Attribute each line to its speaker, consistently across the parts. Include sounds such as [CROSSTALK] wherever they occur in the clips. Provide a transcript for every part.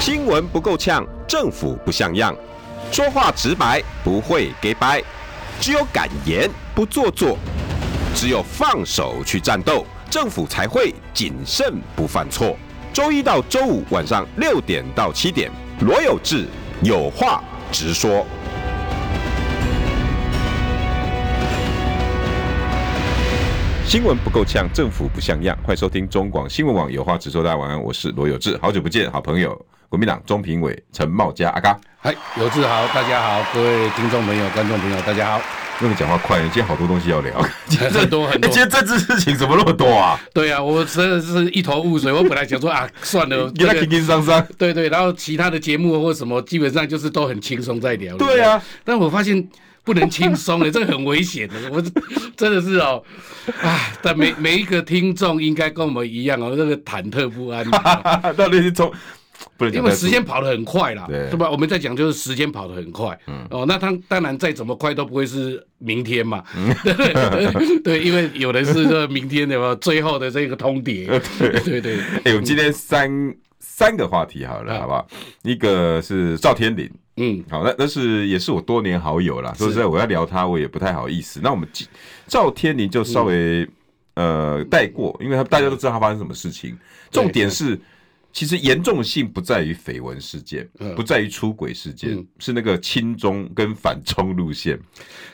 Speaker 1: 新闻不够呛，政府不像样，说话直白，不会给掰，只有敢言不做作，只有放手去战斗，政府才会谨慎不犯错。周一到周五晚上六点到七点，罗有志有话直说。新闻不够呛，政府不像样。欢迎收听中广新闻网有话直说，大家晚安，我是罗有志，好久不见，好朋友，国民党中评委陈茂佳阿嘎。
Speaker 2: 嗨，有志豪，大家好，各位听众朋友、观众朋友，大家好。
Speaker 1: 那你讲话快，今天好多东西要聊，今天
Speaker 2: 很多很
Speaker 1: [LAUGHS]
Speaker 2: 多
Speaker 1: 今天政治事情怎么那么多啊？
Speaker 2: 对啊，我真的是一头雾水。我本来想说 [LAUGHS] 啊，算了，
Speaker 1: 你
Speaker 2: 这
Speaker 1: 在
Speaker 2: 个
Speaker 1: 轻轻桑桑，
Speaker 2: 对对，然后其他的节目或什么，基本上就是都很轻松在聊。
Speaker 1: 对啊，
Speaker 2: 但我发现不能轻松欸的，这个很危险的。我是真的是哦，唉，但每每一个听众应该跟我们一样哦，这个忐忑不安。 [LAUGHS]
Speaker 1: 到底是从不能讲
Speaker 2: 因为
Speaker 1: 太
Speaker 2: 时间跑得很快啦，
Speaker 1: 对嗯
Speaker 2: 对吧？我们在讲就是时间跑得很快，哦，那他当然再怎么快都不会是明天嘛，
Speaker 1: 嗯
Speaker 2: [LAUGHS] 对对，因为有的是说明天的嘛，最后的这个通牒，
Speaker 1: 呃
Speaker 2: 对对，
Speaker 1: 多 [LAUGHS] 哎，我们今天三三个话题好了，
Speaker 2: 嗯
Speaker 1: 好不好？一个是赵天林。
Speaker 2: 嗯，
Speaker 1: 好，那那是也是我多年好友啦。说实在，我要聊他，我也不太好意思。那我们既赵天林就稍微、呃带过，因为他大家都知道他发生什么事情。
Speaker 2: 嗯对
Speaker 1: 重点是，其实严重性不在于绯闻事件，
Speaker 2: 嗯
Speaker 1: 不在于出轨事件，
Speaker 2: 嗯
Speaker 1: 是那个亲中跟反中路线。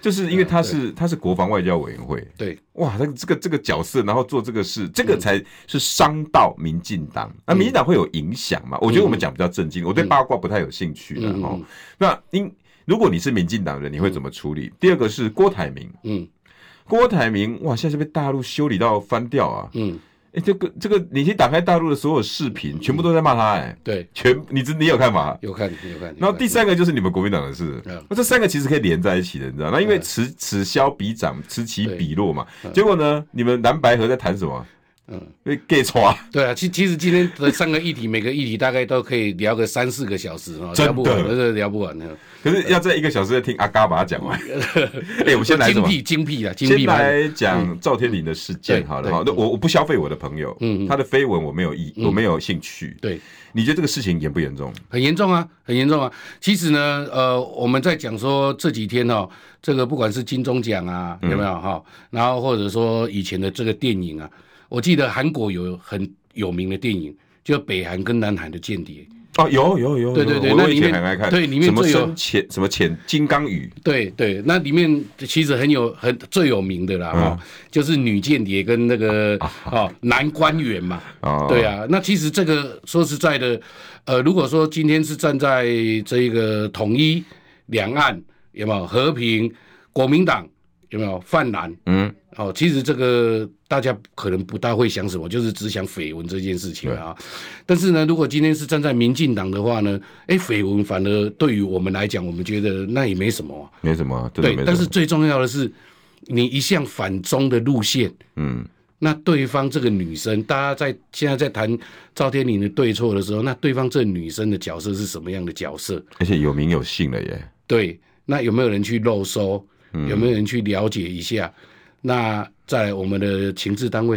Speaker 1: 就是
Speaker 2: 嗯
Speaker 1: 因为他是、他是国防外交委员会，
Speaker 2: 对，
Speaker 1: 哇，那个这个这个角色，然后做这个事，这
Speaker 2: 嗯
Speaker 1: 个才是伤到民进党。那、民进党会有影响吗？我觉得我们讲比较正经，我对八卦不太有兴趣的
Speaker 2: 嗯
Speaker 1: 哦。那因如果你是民进党人，你会怎么处理？第二个是郭台铭，
Speaker 2: 嗯
Speaker 1: 郭台铭哇，现在是被大陆修理到翻掉啊！
Speaker 2: 嗯，
Speaker 1: 哎、这个这个，你去打开大陆的所有视频，全部都在骂他、哎，
Speaker 2: 对，
Speaker 1: 全你知你有看法？
Speaker 2: 有看有看，
Speaker 1: 然后第
Speaker 2: 有看，
Speaker 1: 三个就是你们国民党的事
Speaker 2: 嗯，
Speaker 1: 那这三个其实可以连在一起的，你知道？那因为
Speaker 2: 嗯
Speaker 1: 此此消彼长，此起彼落嘛。
Speaker 2: 嗯
Speaker 1: 结果呢，你们蓝白河在谈什么？
Speaker 2: 嗯，
Speaker 1: 被 gay 抓，
Speaker 2: 对啊，其其实今天的三个议题，每个议题大概都可以聊个三四个小时啊，
Speaker 1: 真的
Speaker 2: 聊不完，真的聊不完嗯的。
Speaker 1: 可是要在一个小时再听阿嘎把它讲完。 [LAUGHS] 哎，我们先来什
Speaker 2: 精
Speaker 1: 么？
Speaker 2: 辟精辟啊，精
Speaker 1: 先
Speaker 2: 辟派，
Speaker 1: 来讲赵天林的事件
Speaker 2: 嗯
Speaker 1: 好了
Speaker 2: 对
Speaker 1: 哈。那我我不消费我的朋友，
Speaker 2: 嗯嗯嗯
Speaker 1: 他的绯闻我没有意，我没有兴趣。
Speaker 2: 对。
Speaker 1: 你觉得这个事情严不严重？
Speaker 2: 很严重啊，很严重啊。其实呢，呃，我们在讲说这几天哦，这个不管是金钟奖啊，有没有哈、然后或者说以前的这个电影啊，我记得韩国有很有名的电影，就北韩跟南韩的间谍，
Speaker 1: 哦，有有有，
Speaker 2: 对对对
Speaker 1: 有
Speaker 2: 那
Speaker 1: 我以
Speaker 2: 里
Speaker 1: 前
Speaker 2: 面
Speaker 1: 很爱看，
Speaker 2: 对里面
Speaker 1: 什么
Speaker 2: 最有
Speaker 1: 深浅什么浅金刚语，
Speaker 2: 对对，那里面其实很有很最有名的啦
Speaker 1: 嗯
Speaker 2: 哈、就是女间谍跟那个哦男官员嘛，
Speaker 1: 哦
Speaker 2: 对啊，那其实这个说实在的，呃，如果说今天是站在这个统一、两岸有没有和平、国民党有没有泛蓝，
Speaker 1: 嗯，
Speaker 2: 哦，其实这个大家可能不大会想什么，就是只想绯闻这件事情啊。但是呢，如果今天是站在民进党的话呢，哎，绯闻反而对于我们来讲，我们觉得那也没什么啊、
Speaker 1: 没什么，真的
Speaker 2: 对
Speaker 1: 没什，么。
Speaker 2: 但是最重要的是，你一向反中的路线，
Speaker 1: 嗯，
Speaker 2: 那对方这个女生，大家在现在在谈赵天麟的对错的时候，那对方这女生的角色是什么样的角色？
Speaker 1: 而且有名有姓了耶。
Speaker 2: 对，那有没有人去肉搜？
Speaker 1: 嗯
Speaker 2: 有没有人去了解一下？那再来我们的情治单位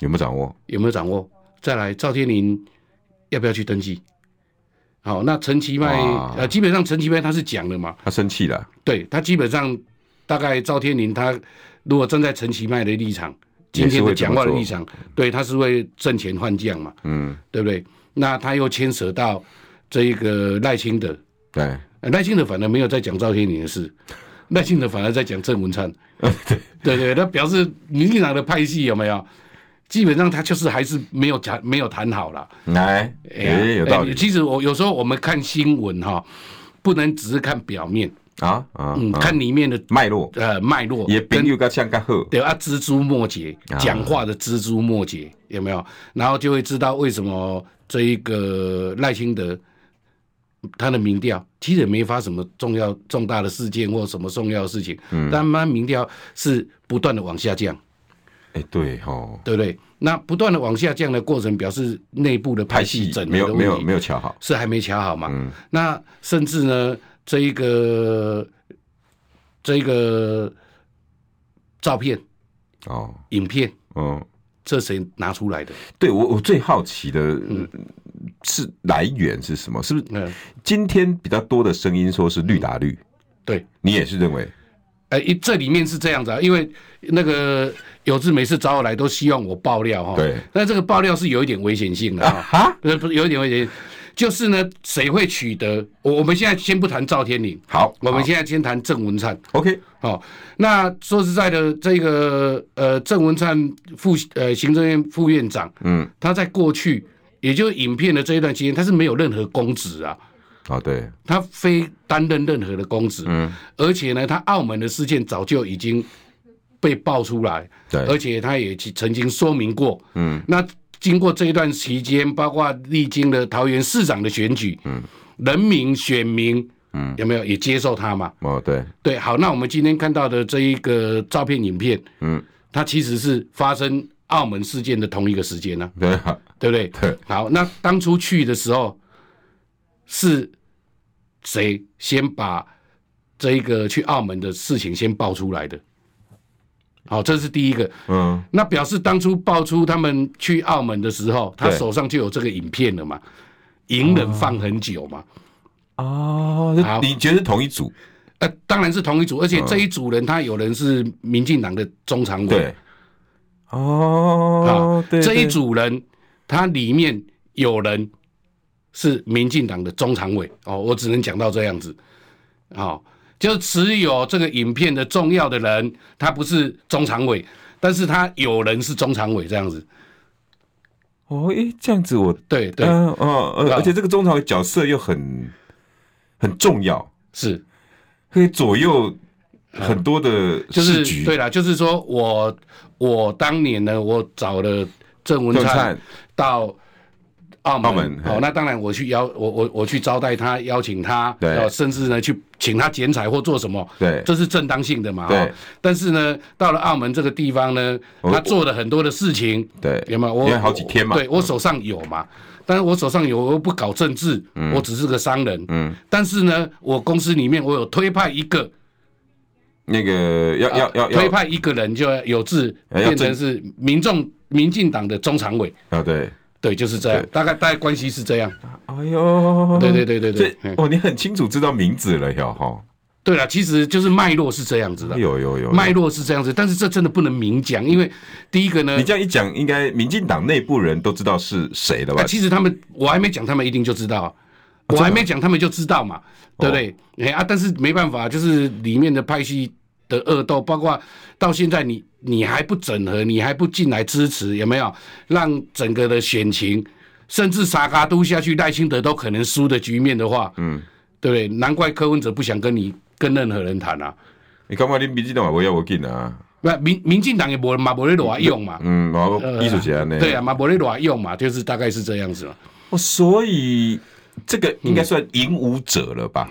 Speaker 1: 有没有掌握？
Speaker 2: 有没有掌握？再来赵天麟要不要去登记？好，那陈其迈
Speaker 1: 哇
Speaker 2: 呃，基本上陈其迈他是讲了嘛，
Speaker 1: 他生气了，
Speaker 2: 对他基本上大概赵天麟他如果站在陈其迈的立场，
Speaker 1: 也
Speaker 2: 今
Speaker 1: 是
Speaker 2: 天
Speaker 1: 会
Speaker 2: 的
Speaker 1: 这么
Speaker 2: 讲话的
Speaker 1: 做
Speaker 2: 立场，对他是会挣钱换将嘛。
Speaker 1: 嗯，
Speaker 2: 对不对？那他又牵扯到这一个赖清德，
Speaker 1: 对，
Speaker 2: 呃赖清德反而没有在讲赵天麟的事，赖清德反而在讲郑文
Speaker 1: [LAUGHS]
Speaker 2: 灿。对对对，那表示民进党的派系有没有？基本上他就是还是没有谈没有谈好啦。
Speaker 1: 来，
Speaker 2: 哎呀
Speaker 1: 哎，有道理
Speaker 2: 哎其实我有时候我们看新闻哈、不能只是看表面，
Speaker 1: 啊啊
Speaker 2: 嗯，，
Speaker 1: 啊
Speaker 2: 看里面的
Speaker 1: 脉络
Speaker 2: 呃脉络
Speaker 1: 也
Speaker 2: 跟
Speaker 1: 朋友跟像个好，
Speaker 2: 对啊，蜘蛛末节
Speaker 1: 啊，
Speaker 2: 讲话的蜘蛛末节有没有？然后就会知道为什么这一个赖清德他的民调其实也没发什么重要重大的事件或什么重要的事情，
Speaker 1: 嗯
Speaker 2: 但他民调是不断的往下降，
Speaker 1: 哎，对吼，
Speaker 2: 对不对？那不断的往下降的过程，表示内部的
Speaker 1: 派
Speaker 2: 派系
Speaker 1: 系
Speaker 2: 整合
Speaker 1: 没有
Speaker 2: 的
Speaker 1: 没有
Speaker 2: 问题
Speaker 1: 没有瞧好，
Speaker 2: 是还没卡好嘛？
Speaker 1: 嗯
Speaker 2: 那甚至呢，这一个这一个照片、
Speaker 1: 哦，
Speaker 2: 影片。
Speaker 1: 嗯，
Speaker 2: 这谁拿出来的？
Speaker 1: 对我我最好奇的是来源是什么？是不是
Speaker 2: 嗯，
Speaker 1: 今天比较多的声音说是绿打绿？
Speaker 2: 对，
Speaker 1: 你也是认为？
Speaker 2: 呃，一这里面是这样子啊，因为那个有志每次找我来都希望我爆料哈，
Speaker 1: 对，
Speaker 2: 那这个爆料是有一点危险性的哈。
Speaker 1: 啊哈，
Speaker 2: 不是不是有一点危险，就是呢，谁会取得？我我们现在先不谈赵天麟，
Speaker 1: 好，
Speaker 2: 我们
Speaker 1: 好
Speaker 2: 现在先谈郑文灿。
Speaker 1: OK，
Speaker 2: 哦，那说实在的，这个呃，郑文灿副呃行政院副院长，
Speaker 1: 嗯，
Speaker 2: 他在过去也就影片的这一段期间，他是没有任何公职啊，
Speaker 1: 哦对，
Speaker 2: 他非担任任何的公职，
Speaker 1: 嗯，
Speaker 2: 而且呢，他澳门的事件早就已经被爆出来，而
Speaker 1: 对，
Speaker 2: 且他也其曾经说明过，
Speaker 1: 嗯，
Speaker 2: 那经过这一段期间，包括历经了桃园市长的选举，嗯，人民选民，嗯，有没有也接受他嘛？
Speaker 1: 哦对，
Speaker 2: 对，好，那我们今天看到的这一个照片、影片，
Speaker 1: 嗯，
Speaker 2: 它其实是发生澳门事件的同一个时间呢、
Speaker 1: 对 [LAUGHS] 啊，
Speaker 2: 对不对？
Speaker 1: 对，
Speaker 2: 好，那当初去的时候是谁先把这一个去澳门的事情先爆出来的？好，这是第一个。
Speaker 1: 嗯，
Speaker 2: 那表示当初爆出他们去澳门的时候，他
Speaker 1: 对
Speaker 2: 手上就有这个影片了嘛，隐忍放很久嘛。
Speaker 1: 哦，
Speaker 2: 好
Speaker 1: 你觉得是同一组？
Speaker 2: 呃，当然是同一组，而且这一组人他有人是民进党的中常委，
Speaker 1: 嗯对，哦
Speaker 2: 啊，
Speaker 1: 对，
Speaker 2: 嗯这一
Speaker 1: 对，
Speaker 2: 组人他里面有人是民进党的中常委哦，我只能讲到这样子，哦，就持有这个影片的重要的人，他不是中常委，但是他有人是中常委这样子，
Speaker 1: 哦，诶，这样子我，
Speaker 2: 对对、
Speaker 1: 嗯哦，呃
Speaker 2: 啊
Speaker 1: 而且这个中场的角色又很很重要，
Speaker 2: 是。
Speaker 1: 可以左右很多的
Speaker 2: 嗯就
Speaker 1: 市
Speaker 2: 是
Speaker 1: 局。
Speaker 2: 对啦，就是说我我当年呢，我找了郑
Speaker 1: 郑
Speaker 2: 文
Speaker 1: 文
Speaker 2: 灿
Speaker 1: 灿
Speaker 2: 到澳门，
Speaker 1: 澳门
Speaker 2: 好、
Speaker 1: 嘿
Speaker 2: 那当然我去邀我我我去招待他，邀请他，
Speaker 1: 对
Speaker 2: 哦甚至呢去请他剪彩或做什么，
Speaker 1: 对
Speaker 2: 这是正当性的嘛，
Speaker 1: 对
Speaker 2: 哦但是呢，到了澳门这个地方呢，
Speaker 1: 我
Speaker 2: 他做了很多的事情，
Speaker 1: 对，
Speaker 2: 有没有？我
Speaker 1: 因为好几天嘛
Speaker 2: 对我手上有嘛，但是我手上有，我又不搞政治，我只是个商人，
Speaker 1: 嗯，
Speaker 2: 但是呢，我公司里面我有推派一个。
Speaker 1: 那个
Speaker 2: 啊
Speaker 1: 要要要
Speaker 2: 推
Speaker 1: 要
Speaker 2: 派一个人就要有志
Speaker 1: 哎要
Speaker 2: 变
Speaker 1: 正
Speaker 2: 成是民众民进党的中常委，
Speaker 1: 啊，对，
Speaker 2: 对，就是这样
Speaker 1: 对，
Speaker 2: 大概大概关系是这样。
Speaker 1: 哎呦，
Speaker 2: 对对对对对，
Speaker 1: 这
Speaker 2: 嗯
Speaker 1: 哦，你很清楚知道名字了哟，哈，哎
Speaker 2: 对了，其实就是脉络是这样子的，
Speaker 1: 有有有，
Speaker 2: 脉络是这样子，但是这真的不能明讲，因为第一个呢
Speaker 1: 你，这样一讲，应该民进党内部人都知道是谁了吧
Speaker 2: 啊，？其实他们我还没讲，他们一定就知道啊。我还没讲，他们就知道嘛，对不对？哎啊，但是没办法，就是里面的派系的恶斗，包括到现在你你还不整合，你还不进来支持，有没有？让整个的选情，甚至沙嘎都下去，赖清德都可能输的局面的话，
Speaker 1: 嗯，
Speaker 2: 对不对？难怪柯文哲不想跟你跟任何人谈啊。
Speaker 1: 你干嘛你民进党我要我进啊？
Speaker 2: 那民民进党也没嘛没得多用嘛，
Speaker 1: 嗯，然后
Speaker 2: 呃
Speaker 1: 艺术家呢？
Speaker 2: 对啊，，嘛没得多用嘛，就是大概是这样子嘛。
Speaker 1: 哦，所以这个应该算引舞者了吧？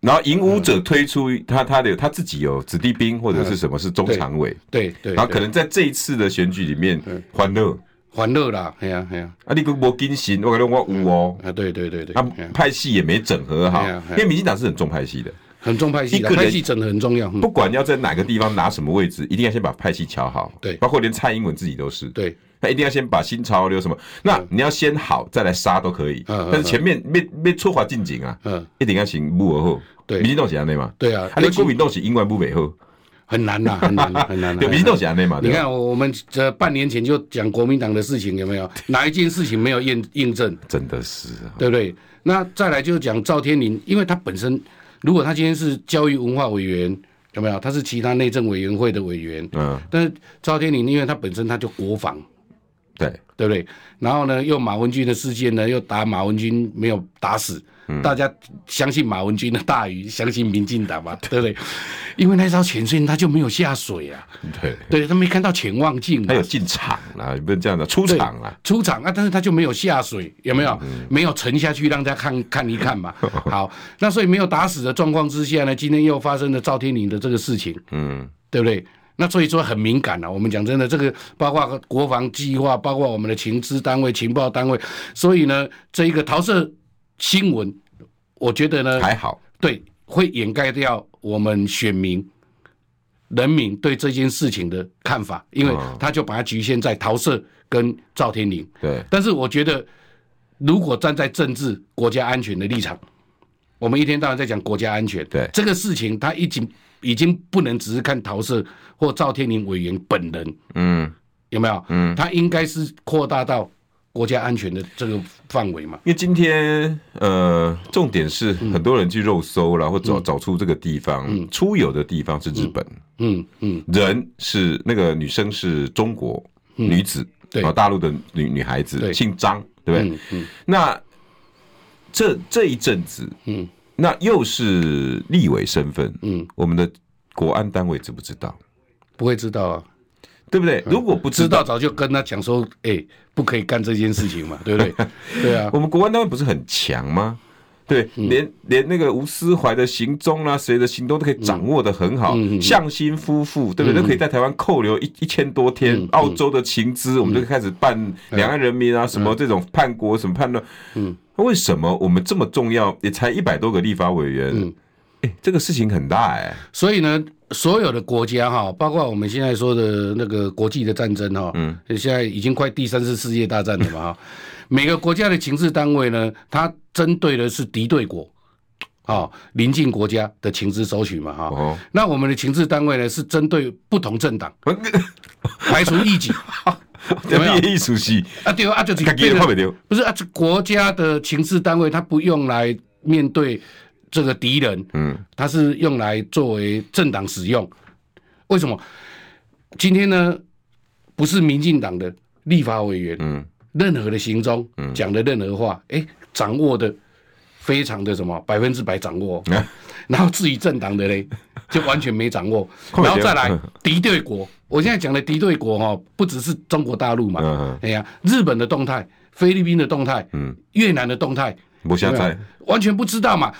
Speaker 1: 然后引舞者推出他他的他自己有子弟兵或者是什么是中常委，
Speaker 2: 对嗯对，
Speaker 1: 然后可
Speaker 2: 对
Speaker 1: 能在这一次的选举里面欢乐
Speaker 2: 欢乐啦，哎呀哎呀，
Speaker 1: 啊，你个我跟行，我感觉我舞哦，
Speaker 2: 啊对对对对，
Speaker 1: 啊
Speaker 2: 嘿啊
Speaker 1: 派系也没整合好
Speaker 2: 对啊，
Speaker 1: 因
Speaker 2: 对啊
Speaker 1: 为民进党是很重派系的，
Speaker 2: 很重派系的，
Speaker 1: 一个人
Speaker 2: 派系整得很重要。嗯
Speaker 1: 不管要在哪个地方拿什么位置，一定要先把派系瞧好，
Speaker 2: 对
Speaker 1: 包括连蔡英文自己都是，
Speaker 2: 对，
Speaker 1: 那一定要先把新潮流什么，那你要先好再来杀都可以，
Speaker 2: 嗯嗯
Speaker 1: 但是前面没没错法进警啊，
Speaker 2: 嗯，
Speaker 1: 一定要行幕而后，
Speaker 2: 对
Speaker 1: 民进党是安内嘛，
Speaker 2: 对啊
Speaker 1: 啊，，你
Speaker 2: 尤
Speaker 1: 国
Speaker 2: 其
Speaker 1: 民党是英文不美后，
Speaker 2: 很
Speaker 1: [LAUGHS]
Speaker 2: 难呐，很难，很难。
Speaker 1: 对，民
Speaker 2: 很难
Speaker 1: 进党是安内嘛，
Speaker 2: 你
Speaker 1: 对吧？
Speaker 2: 看，我我们这半年前就讲国民党的事情，有
Speaker 1: [LAUGHS]
Speaker 2: 没有？哪一件事情没有验验证，
Speaker 1: 真的是啊，
Speaker 2: 对不对？那再来就讲赵天麟，因为他本身，如果他今天是教育文化委员，有没有？他是其他内政委员会的委员，
Speaker 1: 嗯，
Speaker 2: 但是赵天麟，因为他本身他就国防，
Speaker 1: 对，
Speaker 2: 对不对？然后呢，又马文君的事件呢，又打马文君没有打死，大家相信马文君的大于相信民进党嘛， [LAUGHS] 对不对？因为那艘潜水他就没有下水啊，
Speaker 1: 对，
Speaker 2: 对他没看到潜望镜嘛
Speaker 1: 他有，进场啦，你不能这样的，出场啦，
Speaker 2: 出场啊，但是他就没有下水，有没有？没有沉下去让大家看看一看嘛。好，那所以没有打死的状况之下呢，今天又发生了赵天麟的这个事情，
Speaker 1: 嗯，
Speaker 2: 对不对？那所以说很敏感啊。我们讲真的，这个包括国防计划，包括我们的情资单位、情报单位，所以呢，这一个桃色新闻，我觉得呢，
Speaker 1: 还好，
Speaker 2: 对，会掩盖掉我们选民、人民对这件事情的看法，因为
Speaker 1: 嗯
Speaker 2: 他就把它局限在桃色跟赵天麟。
Speaker 1: 对，
Speaker 2: 但是我觉得如果站在政治国家安全的立场，我们一天到晚在讲国家安全，
Speaker 1: 对
Speaker 2: 这个事情，他已经已经不能只是看陶社或赵天麟委员本人
Speaker 1: 嗯，
Speaker 2: 有没有，嗯，他应该是扩大到国家安全的这个范围嘛，
Speaker 1: 因为今天呃，重点是
Speaker 2: 嗯
Speaker 1: 很多人去肉搜啦，或找找出这个地方出游的地方是日本，
Speaker 2: 嗯嗯，
Speaker 1: 人是那个女生是中国女子，
Speaker 2: 嗯对
Speaker 1: 啊，大陆的女女孩子，
Speaker 2: 对
Speaker 1: 姓张，对不对？
Speaker 2: 嗯嗯
Speaker 1: 那这这一阵子，
Speaker 2: 嗯，
Speaker 1: 那又是立委身份，
Speaker 2: 嗯，
Speaker 1: 我们的国安单位知不知道？
Speaker 2: 不会知道啊，
Speaker 1: 对不对？如果不
Speaker 2: 嗯知
Speaker 1: 知道，
Speaker 2: 道早就跟他讲说，哎、不可以干这件事情嘛，对不对？
Speaker 1: [LAUGHS]
Speaker 2: 对啊，
Speaker 1: 我们国安单位不是很强吗？对，连连那个吴思怀的行踪啦、谁的行踪都可以掌握的很好。向新夫妇，对不对？都可以在台湾扣留一一千多天。澳洲的情资，我们就开始办两岸人民啊，什么这种叛国什么叛乱。嗯，为什么我们这么重要，也才一百多个立法委员？哎，这个事情很大哎。
Speaker 2: 所以呢，所有的国家哈，包括我们现在说的那个国际的战争哈，嗯，现在已经快第三次世界大战了嘛哈， [LAUGHS] 每个国家的情治单位呢，它针对的是敌对国，哦，邻近国家的情资收取嘛哈。
Speaker 1: 哦， [LAUGHS]
Speaker 2: 那我们的情治单位呢，是针对不同政党， [LAUGHS] 排除异己有没
Speaker 1: [LAUGHS]
Speaker 2: 有
Speaker 1: 叶主席，
Speaker 2: 啊，对啊，就是
Speaker 1: 他给
Speaker 2: 变
Speaker 1: 的
Speaker 2: 成
Speaker 1: 话没丢。
Speaker 2: 不是啊，这国家的情治单位，它不用来面对这个敌人，
Speaker 1: 嗯，
Speaker 2: 它是用来作为政党使用。为什么？今天呢，不是民进党的立法委员，
Speaker 1: 嗯，
Speaker 2: 任何的行踪，讲的任何话，哎、掌握的非常的什么，百分之百掌握。
Speaker 1: 嗯
Speaker 2: [LAUGHS] 然后至于政党的嘞，就完全没掌握。
Speaker 1: [LAUGHS] 快
Speaker 2: 然后
Speaker 1: 点嗯
Speaker 2: 再来敌对国，我现在讲的敌对国哦，不只是中国大陆嘛，
Speaker 1: 嗯
Speaker 2: 哎呀，日本的动态、菲律宾的动态、
Speaker 1: 嗯
Speaker 2: 越南的动态，
Speaker 1: 我瞎猜
Speaker 2: 对。啊吧完全不知道嘛。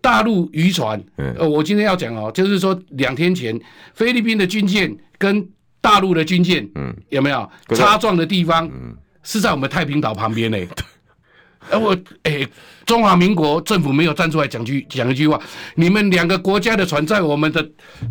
Speaker 2: 大陆渔船，
Speaker 1: 嗯
Speaker 2: 呃，我今天要讲哦，就是说两天前菲律宾的军舰跟大陆的军舰，嗯，有没有
Speaker 1: 各种
Speaker 2: 擦撞的地方？
Speaker 1: 嗯
Speaker 2: 是在我们太平岛
Speaker 1: [LAUGHS]
Speaker 2: 旁边呢、哎、我哎、中华民国政府没有站出来讲句讲一句话，你们两个国家的船在我们的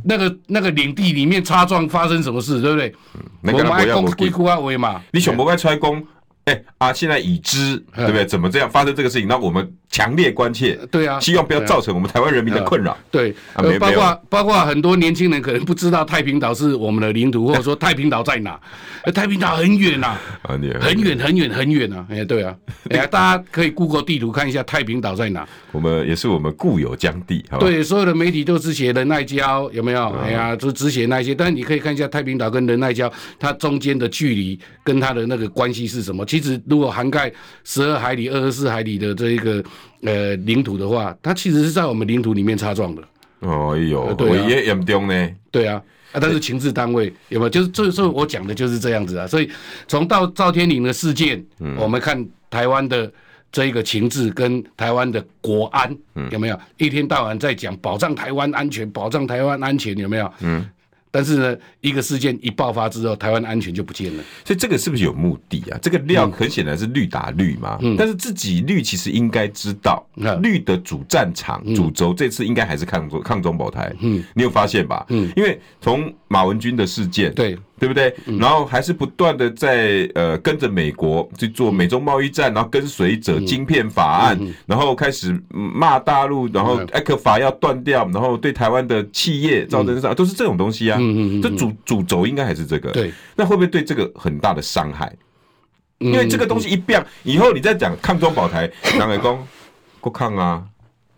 Speaker 2: 那个那个领地里面擦撞，发生什么事，对不对？
Speaker 1: 嗯那
Speaker 2: 我
Speaker 1: 个
Speaker 2: 们
Speaker 1: 不
Speaker 2: 爱
Speaker 1: 要
Speaker 2: 共
Speaker 1: 我
Speaker 2: 归库阿维啊嘛，
Speaker 1: 你想不该揣公，哎、啊，现在已知，对不对？怎么这样发生这个事情？那我们强烈关切，
Speaker 2: 对啊，
Speaker 1: 希望不要造成我们台湾人民的困扰。
Speaker 2: 对，
Speaker 1: 啊没没
Speaker 2: 呃，
Speaker 1: 有
Speaker 2: 包括包括很多年轻人可能不知道太平岛是我们的
Speaker 1: [LAUGHS]
Speaker 2: 领土，或者说太平岛在哪？呃太平岛很远呐、
Speaker 1: 啊，你
Speaker 2: 很远很远很远啊！
Speaker 1: [LAUGHS]
Speaker 2: 哎，对啊，哎呀，大家可以 Google 地图看一下太平岛在哪。
Speaker 1: 我们也是我们固有疆地，好吧？啊
Speaker 2: 对，所有的媒体都只写仁爱礁，有没有？哎呀，就只写那些。但你可以看一下太平岛跟仁爱礁，它中间的距离跟它的那个关系是什么？其实如果涵盖十二海里、二十四海里的这一个呃领土的话，它其实是在我们领土里面擦撞的。
Speaker 1: 哦，哎呦，
Speaker 2: 对啊
Speaker 1: 我也严重呢。
Speaker 2: 对啊，啊，但是情治单位有没有？就是这，这我讲的就是这样子啊。所以从到赵天麟的事件，我们看台湾的这一个情治跟台湾的国安、有没有？一天到晚在讲保障台湾安全，保障台湾安全有没有？嗯。但是呢，一个事件一爆发之后，台湾安全就不见了。
Speaker 1: 所以这个是不是有目的啊？这个料
Speaker 2: 嗯
Speaker 1: 很显然是绿打绿嘛，但是自己绿其实应该知道，
Speaker 2: 嗯
Speaker 1: 绿的主战场、主轴这次应该还是抗中抗中保台，嗯，你有发现吧？嗯，因为从马文君的事件，
Speaker 2: 对
Speaker 1: 对不对？
Speaker 2: 嗯
Speaker 1: 然后还是不断的在呃跟着美国去做美中贸易战，然后跟随者
Speaker 2: 嗯
Speaker 1: 晶片法案，然后开始嗯骂大陆，然后
Speaker 2: 嗯
Speaker 1: 艾克法要断掉，然后对台湾的企业造成伤，都是这种东西啊。
Speaker 2: 嗯嗯嗯嗯
Speaker 1: 这主主轴应该还是这个。
Speaker 2: 对，
Speaker 1: 那会不会对这个很大的伤害？
Speaker 2: 因
Speaker 1: 因为这个
Speaker 2: 嗯
Speaker 1: 东西一变，以后你再讲抗中保
Speaker 2: [LAUGHS]
Speaker 1: 台，人会讲国抗啊，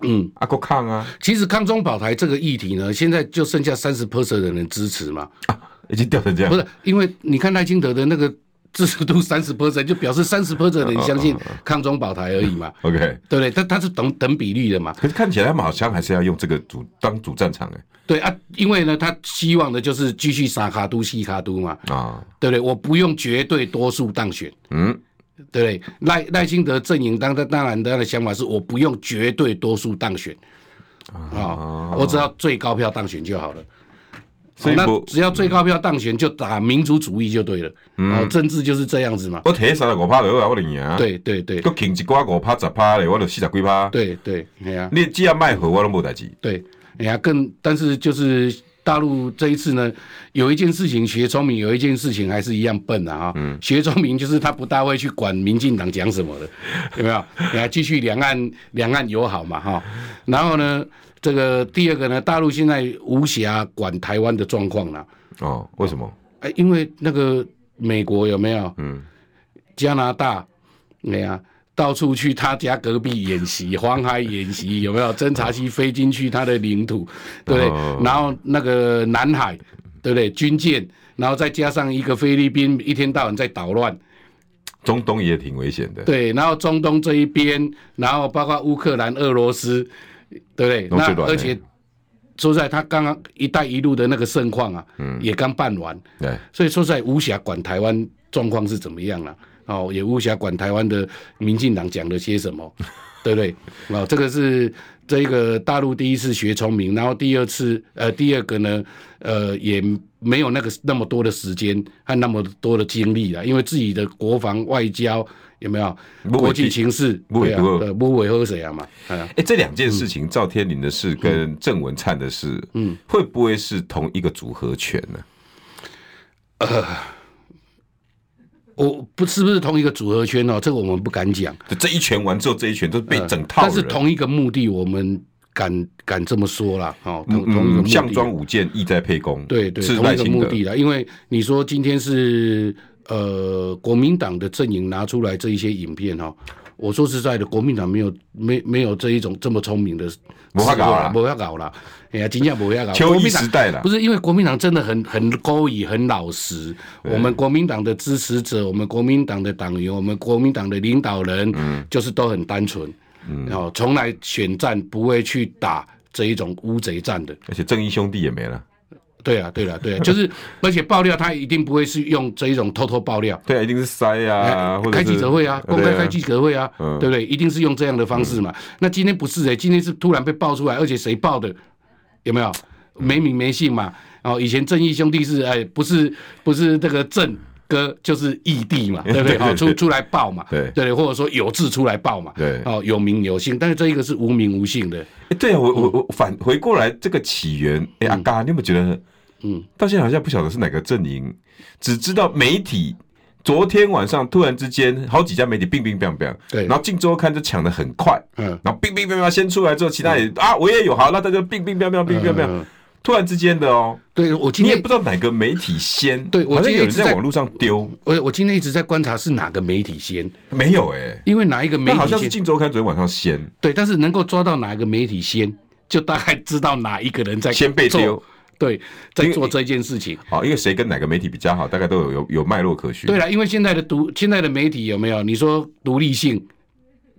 Speaker 2: 嗯，
Speaker 1: 啊国抗啊，
Speaker 2: 其实抗中保台这个议题呢，现在就剩下三十 percent 的人支持嘛。
Speaker 1: 啊已经掉成这样
Speaker 2: 不。是，因为你看赖清德的那个支持度三十 percent，就表示三十 percent
Speaker 1: 哦
Speaker 2: 的人相信抗中保台而已嘛，
Speaker 1: OK，
Speaker 2: 对不对？但他是等等比例的嘛，
Speaker 1: 可是看起来他们好像还是要用这个主当主战场哎、
Speaker 2: 对啊，因为呢，他希望的就是继续撒卡都西卡都嘛，
Speaker 1: 啊，
Speaker 2: 对不对？我不用绝对多数当选，
Speaker 1: 嗯。
Speaker 2: 对不对？赖赖清德阵营当当然他的想法是我不用绝对多数当选，
Speaker 1: 哦
Speaker 2: 啊、我只要最高票当选就好了。哦
Speaker 1: 所以
Speaker 2: 那
Speaker 1: 不
Speaker 2: 只要最高票当选，就打民族主义就对了。哦，政治就是这样子嘛。
Speaker 1: 我提三十五趴落来，我就赢嗯啊。，
Speaker 2: 对对对
Speaker 1: 佮停一寡五趴、十趴咧，我就四十几趴。
Speaker 2: 对对，哎呀、
Speaker 1: 你只要卖货，我拢无代志。
Speaker 2: 对，哎呀、更但是就是大陆这一次呢，有一件事情学聪明，有一件事情还是一样笨啊、嗯，学聪明就是他不大会去管民进党讲什么的，有没有？你还继续两岸两岸友好嘛哈、然后呢，这个第二个呢，大陆现在无暇管台湾的状况了，
Speaker 1: 哦，为什么？
Speaker 2: 哎，因为那个美国有没有？
Speaker 1: 嗯，
Speaker 2: 加拿大，哎呀、到处去他家隔壁演习，黄海
Speaker 1: [LAUGHS]
Speaker 2: 演习有没有？侦察机飞进去他的领土，对不对？
Speaker 1: 哦
Speaker 2: 然后那个南海，对不对？军舰，然后再加上一个菲律宾，一天到晚在捣乱，
Speaker 1: 中东也挺危险的，
Speaker 2: 对。然后中东这一边，然后包括乌克兰、俄罗斯，对不对？
Speaker 1: 都最
Speaker 2: 那
Speaker 1: 乱
Speaker 2: 而
Speaker 1: 的
Speaker 2: 且说实在，他刚刚“一带一路”的那个盛况啊，
Speaker 1: 嗯
Speaker 2: 也刚办完，
Speaker 1: 对，
Speaker 2: 所以说实在无暇管台湾状况是怎么样了、哦，也无暇管台湾的民进党讲了些什么，对不对？哦，这个是这个大陆第一次学聪明，然后第二次呃第二个呢，呃也没有那个那么多的时间和那么多的精力了，因为自己的国防外交有没有
Speaker 1: 不
Speaker 2: 国际情势，
Speaker 1: 不
Speaker 2: 对啊
Speaker 1: 不，
Speaker 2: 对不违和谁啊嘛，哎呀
Speaker 1: 哎、这两件事情，赵天麟的事跟郑文灿的事，嗯，会不会是同一个组合拳呢、
Speaker 2: 我不是不是同一个组合圈哦，这个我们不敢讲。
Speaker 1: 就这一拳完之后，这一拳都被整套
Speaker 2: 嗯但
Speaker 1: 人，
Speaker 2: 是同一个目的，我们敢敢这么说啦，哦，同同一个目
Speaker 1: 嗯，
Speaker 2: 的，
Speaker 1: 项庄舞剑，意在沛公，
Speaker 2: 对对，
Speaker 1: 是
Speaker 2: 同
Speaker 1: 赖
Speaker 2: 一个
Speaker 1: 清
Speaker 2: 目
Speaker 1: 德，
Speaker 2: 的啦。因为你说今天是呃国民党的阵营拿出来这一些影片哦，我说实在的，国民党没有没没有这一种这么聪明的，
Speaker 1: 没法搞啦
Speaker 2: 不要搞啦，哎呀，今天不要搞，
Speaker 1: 秋
Speaker 2: 国
Speaker 1: 意
Speaker 2: 民党
Speaker 1: 时代了
Speaker 2: 不，是因为国民党真的很很勾引、很老实。我们国民党的支持者，我们国民党的党员，我们国民党的领导人，就是都很单纯，然后从来选战不会去打这一种乌贼战的。
Speaker 1: 而且正义兄弟也没了，
Speaker 2: 对啊，对啊，对啊，就是 [LAUGHS] 而且爆料他一定不会是用这一种偷偷爆料。
Speaker 1: 对啊，一定是塞啊，或者
Speaker 2: 开
Speaker 1: 是
Speaker 2: 记者会啊，公开开记者会啊，
Speaker 1: 嗯
Speaker 2: 对不对？一定是用这样的方式嘛。那今天不是哎、今天是突然被爆出来，而且谁爆的？有
Speaker 1: 嗯
Speaker 2: 没有没名没姓嘛？哦，以前正义兄弟是哎、不是不是这个正哥就是义
Speaker 1: [LAUGHS]
Speaker 2: 弟嘛，对不
Speaker 1: 对
Speaker 2: 对？
Speaker 1: 对
Speaker 2: 哦，
Speaker 1: 对
Speaker 2: 出出来爆嘛，
Speaker 1: 对
Speaker 2: 对，或者说有志出来爆嘛，
Speaker 1: 对
Speaker 2: 哦，有名有姓，但是这一个是无名无姓的，
Speaker 1: 诶对啊，
Speaker 2: 嗯
Speaker 1: 我我我反回过来这个起源，哎、阿嘎，你有没有觉得，嗯
Speaker 2: 嗯，
Speaker 1: 到现在好像不晓得是哪个阵营，只知道媒体昨天晚上突然之间好几家媒体乒乒乓乓，
Speaker 2: 对
Speaker 1: 然后《镜周刊》就抢的很快，
Speaker 2: 嗯，
Speaker 1: 然后乒乒乓乓先出来之后，其他也、啊我也有，好，那大家乒乒乓乓乒乒乓
Speaker 2: 嗯嗯
Speaker 1: 乓
Speaker 2: 嗯，
Speaker 1: 突然之间的哦，
Speaker 2: 对我今
Speaker 1: 你也
Speaker 2: 天
Speaker 1: 不知道哪个媒体先，
Speaker 2: 对我
Speaker 1: 好像
Speaker 2: 今天
Speaker 1: 有人
Speaker 2: 一直
Speaker 1: 在
Speaker 2: 在
Speaker 1: 网络上丢，
Speaker 2: 我我今天一直在观察是哪个媒体先，
Speaker 1: 没有哎、
Speaker 2: 因为哪一个媒
Speaker 1: 但好
Speaker 2: 体
Speaker 1: 像是《
Speaker 2: 先
Speaker 1: 镜周刊》昨天晚上先
Speaker 2: 对，但是能够抓到哪一个媒体先，就大概知道哪一个人在
Speaker 1: 先被
Speaker 2: 做
Speaker 1: 丢，，
Speaker 2: 对，在
Speaker 1: 因为嗯
Speaker 2: 做这件事情。
Speaker 1: 好，因为谁跟哪个媒体比较好，大概都有有有脉络可循。
Speaker 2: 对了，啊因为现在的独现在的媒体有没有？你说独立性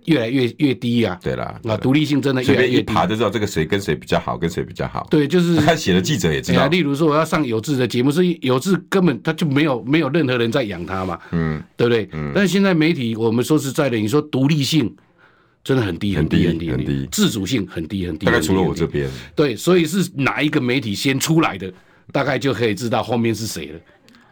Speaker 2: 越来越越低啊，
Speaker 1: 对啦，
Speaker 2: 啊，独立性真的
Speaker 1: 随
Speaker 2: 越来
Speaker 1: 便一
Speaker 2: 越低。
Speaker 1: 爬就知道这个谁跟谁比较好，跟谁比较好。
Speaker 2: 对，就是
Speaker 1: 他写的记者 [LAUGHS] 也知
Speaker 2: 哎呀，
Speaker 1: 道，
Speaker 2: 例如说我要上有志的节目，所以有志根本他就没有没有任何人在养他嘛，
Speaker 1: 嗯，
Speaker 2: 对不对？但是现在媒体，我们说实在的，你说独立性真的很低
Speaker 1: 很低
Speaker 2: 低很
Speaker 1: 很低
Speaker 2: 自主性很低很低，
Speaker 1: 大概
Speaker 2: 很低
Speaker 1: 除了
Speaker 2: 很
Speaker 1: 我
Speaker 2: 低
Speaker 1: 这边，
Speaker 2: 对，所以是哪一个媒体先出来的，大概就可以知道后面是谁了。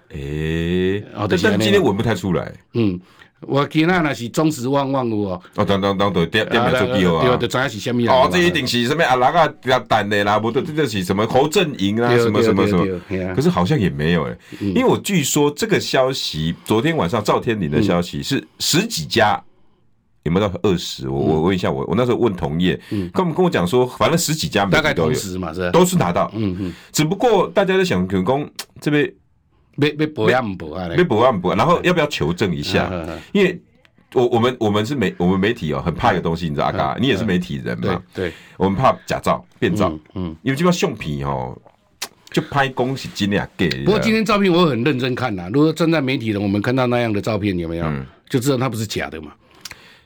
Speaker 1: 诶，
Speaker 2: 哦
Speaker 1: 但
Speaker 2: 就是这
Speaker 1: 但
Speaker 2: 样
Speaker 1: 今天闻不太出来。
Speaker 2: 嗯，我今仔那是忠实旺旺有哦，
Speaker 1: 哦，当当当，对，店店
Speaker 2: 啊
Speaker 1: 买做
Speaker 2: 对
Speaker 1: 记号
Speaker 2: 对，
Speaker 1: 啊
Speaker 2: 就。知道是什么人了嘛
Speaker 1: 哦，这一定是什么啊？哪个要蛋的啦？不对，这就是什么侯阵营啊，
Speaker 2: 对
Speaker 1: 什么什么什么
Speaker 2: 对。对对
Speaker 1: 可是好像也没有诶，
Speaker 2: 嗯
Speaker 1: 因为我据说这个消息，昨天晚上赵天麟的消
Speaker 2: 嗯
Speaker 1: 息是十几家，有没有到二十？
Speaker 2: 嗯
Speaker 1: 我我问一下，我我那时候问同业，他们跟我讲说，反正十几家媒
Speaker 2: 大概
Speaker 1: 体都
Speaker 2: 同
Speaker 1: 有，
Speaker 2: 时嘛，是吧？
Speaker 1: 都是拿到。
Speaker 2: 嗯嗯，
Speaker 1: 只不过大家都想可能讲这边
Speaker 2: 要要博也唔博啊
Speaker 1: 被
Speaker 2: 嘞，
Speaker 1: 补万补，然后要不要求证一下？
Speaker 2: 嗯嗯嗯
Speaker 1: 因为我我们我们是媒我们媒体哦，很怕一个东西，你知道阿嘎，你也是媒体人
Speaker 2: 嗯对
Speaker 1: 嘛，
Speaker 2: 对，
Speaker 1: 我们怕假造变造，
Speaker 2: 嗯嗯。
Speaker 1: 因为就要橡皮哦，就拍恭喜今天给。
Speaker 2: 不过今天照片我很认真看呐，如果站在媒体人，我们看到那样的照片有没有，
Speaker 1: 嗯
Speaker 2: 就知道它不是假的嘛。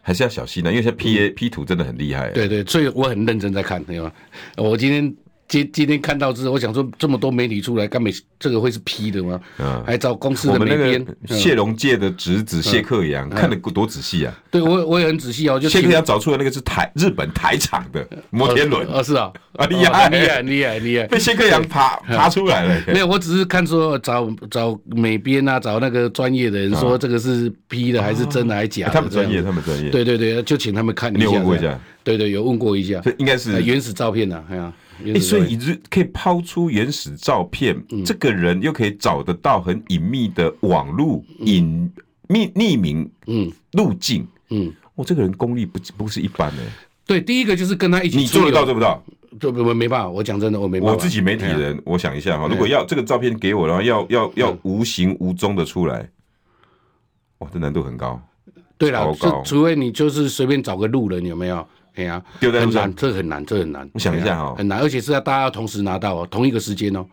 Speaker 1: 还是要小心的，因为现在 P A P 图真的很厉害。
Speaker 2: 嗯
Speaker 1: 啊
Speaker 2: 对对，所以我很认真在看，对吧？我今天今今天看到之后，我想说这么多媒体出来，干美这个会是 P 的吗？
Speaker 1: 嗯
Speaker 2: 还找公司
Speaker 1: 我
Speaker 2: 的
Speaker 1: 们
Speaker 2: 美
Speaker 1: 那
Speaker 2: 编
Speaker 1: 个？
Speaker 2: 嗯
Speaker 1: 谢龙介的侄子谢克阳看得多仔细啊！
Speaker 2: 对我我也很仔细哦，就
Speaker 1: 谢克
Speaker 2: 请
Speaker 1: 阳找出来那个是台日本台场的摩天轮，
Speaker 2: 哦，是
Speaker 1: [LAUGHS]
Speaker 2: 啊，
Speaker 1: 啊
Speaker 2: 哦
Speaker 1: 厉害
Speaker 2: 很厉害，很厉害，
Speaker 1: [LAUGHS]
Speaker 2: 很厉害。
Speaker 1: 被谢克阳爬
Speaker 2: 嗯
Speaker 1: 爬出来了。
Speaker 2: 没有，我只是看说找找美编啊，找那个专业的人说这个是 P 的还是真的还是假
Speaker 1: 啊
Speaker 2: 的，
Speaker 1: 哎哦他们专
Speaker 2: 这
Speaker 1: 业，
Speaker 2: 样。
Speaker 1: 他们专业，哎
Speaker 2: 对对对，就请他们看一下。
Speaker 1: 你有问过一下
Speaker 2: 这样？对对，有问过一下
Speaker 1: 所，以应该是
Speaker 2: 呃原始照片呐，哎呀，原
Speaker 1: 哎，
Speaker 2: 始社
Speaker 1: 所
Speaker 2: 会
Speaker 1: 以你就可以抛出原始照片，
Speaker 2: 嗯
Speaker 1: 这个人又可以找得到很隐秘的网路隐秘匿名
Speaker 2: 嗯
Speaker 1: 路径。
Speaker 2: 嗯，
Speaker 1: 我这个人功力不不是一般的，
Speaker 2: 对，第一个就是跟他一起
Speaker 1: 你做得
Speaker 2: 出游
Speaker 1: 到做不到？
Speaker 2: 对不不没办法，我讲真的，我没办法。
Speaker 1: 我自己媒体
Speaker 2: 哎呀，
Speaker 1: 人，我想一下哈，如果要这个照片给我，然后要要要无形无踪的出来，哇，这难度很高。
Speaker 2: 对啦
Speaker 1: 糟，
Speaker 2: 这
Speaker 1: 糕
Speaker 2: 除非你就是随便找个路人，有没有？哎呀，
Speaker 1: 丢在路
Speaker 2: 很
Speaker 1: 上
Speaker 2: 难，这很难，这很难。
Speaker 1: 我想一下
Speaker 2: 哎呀
Speaker 1: 哦
Speaker 2: 很难，而且是要大家要同时拿到哦，同一个时间哦。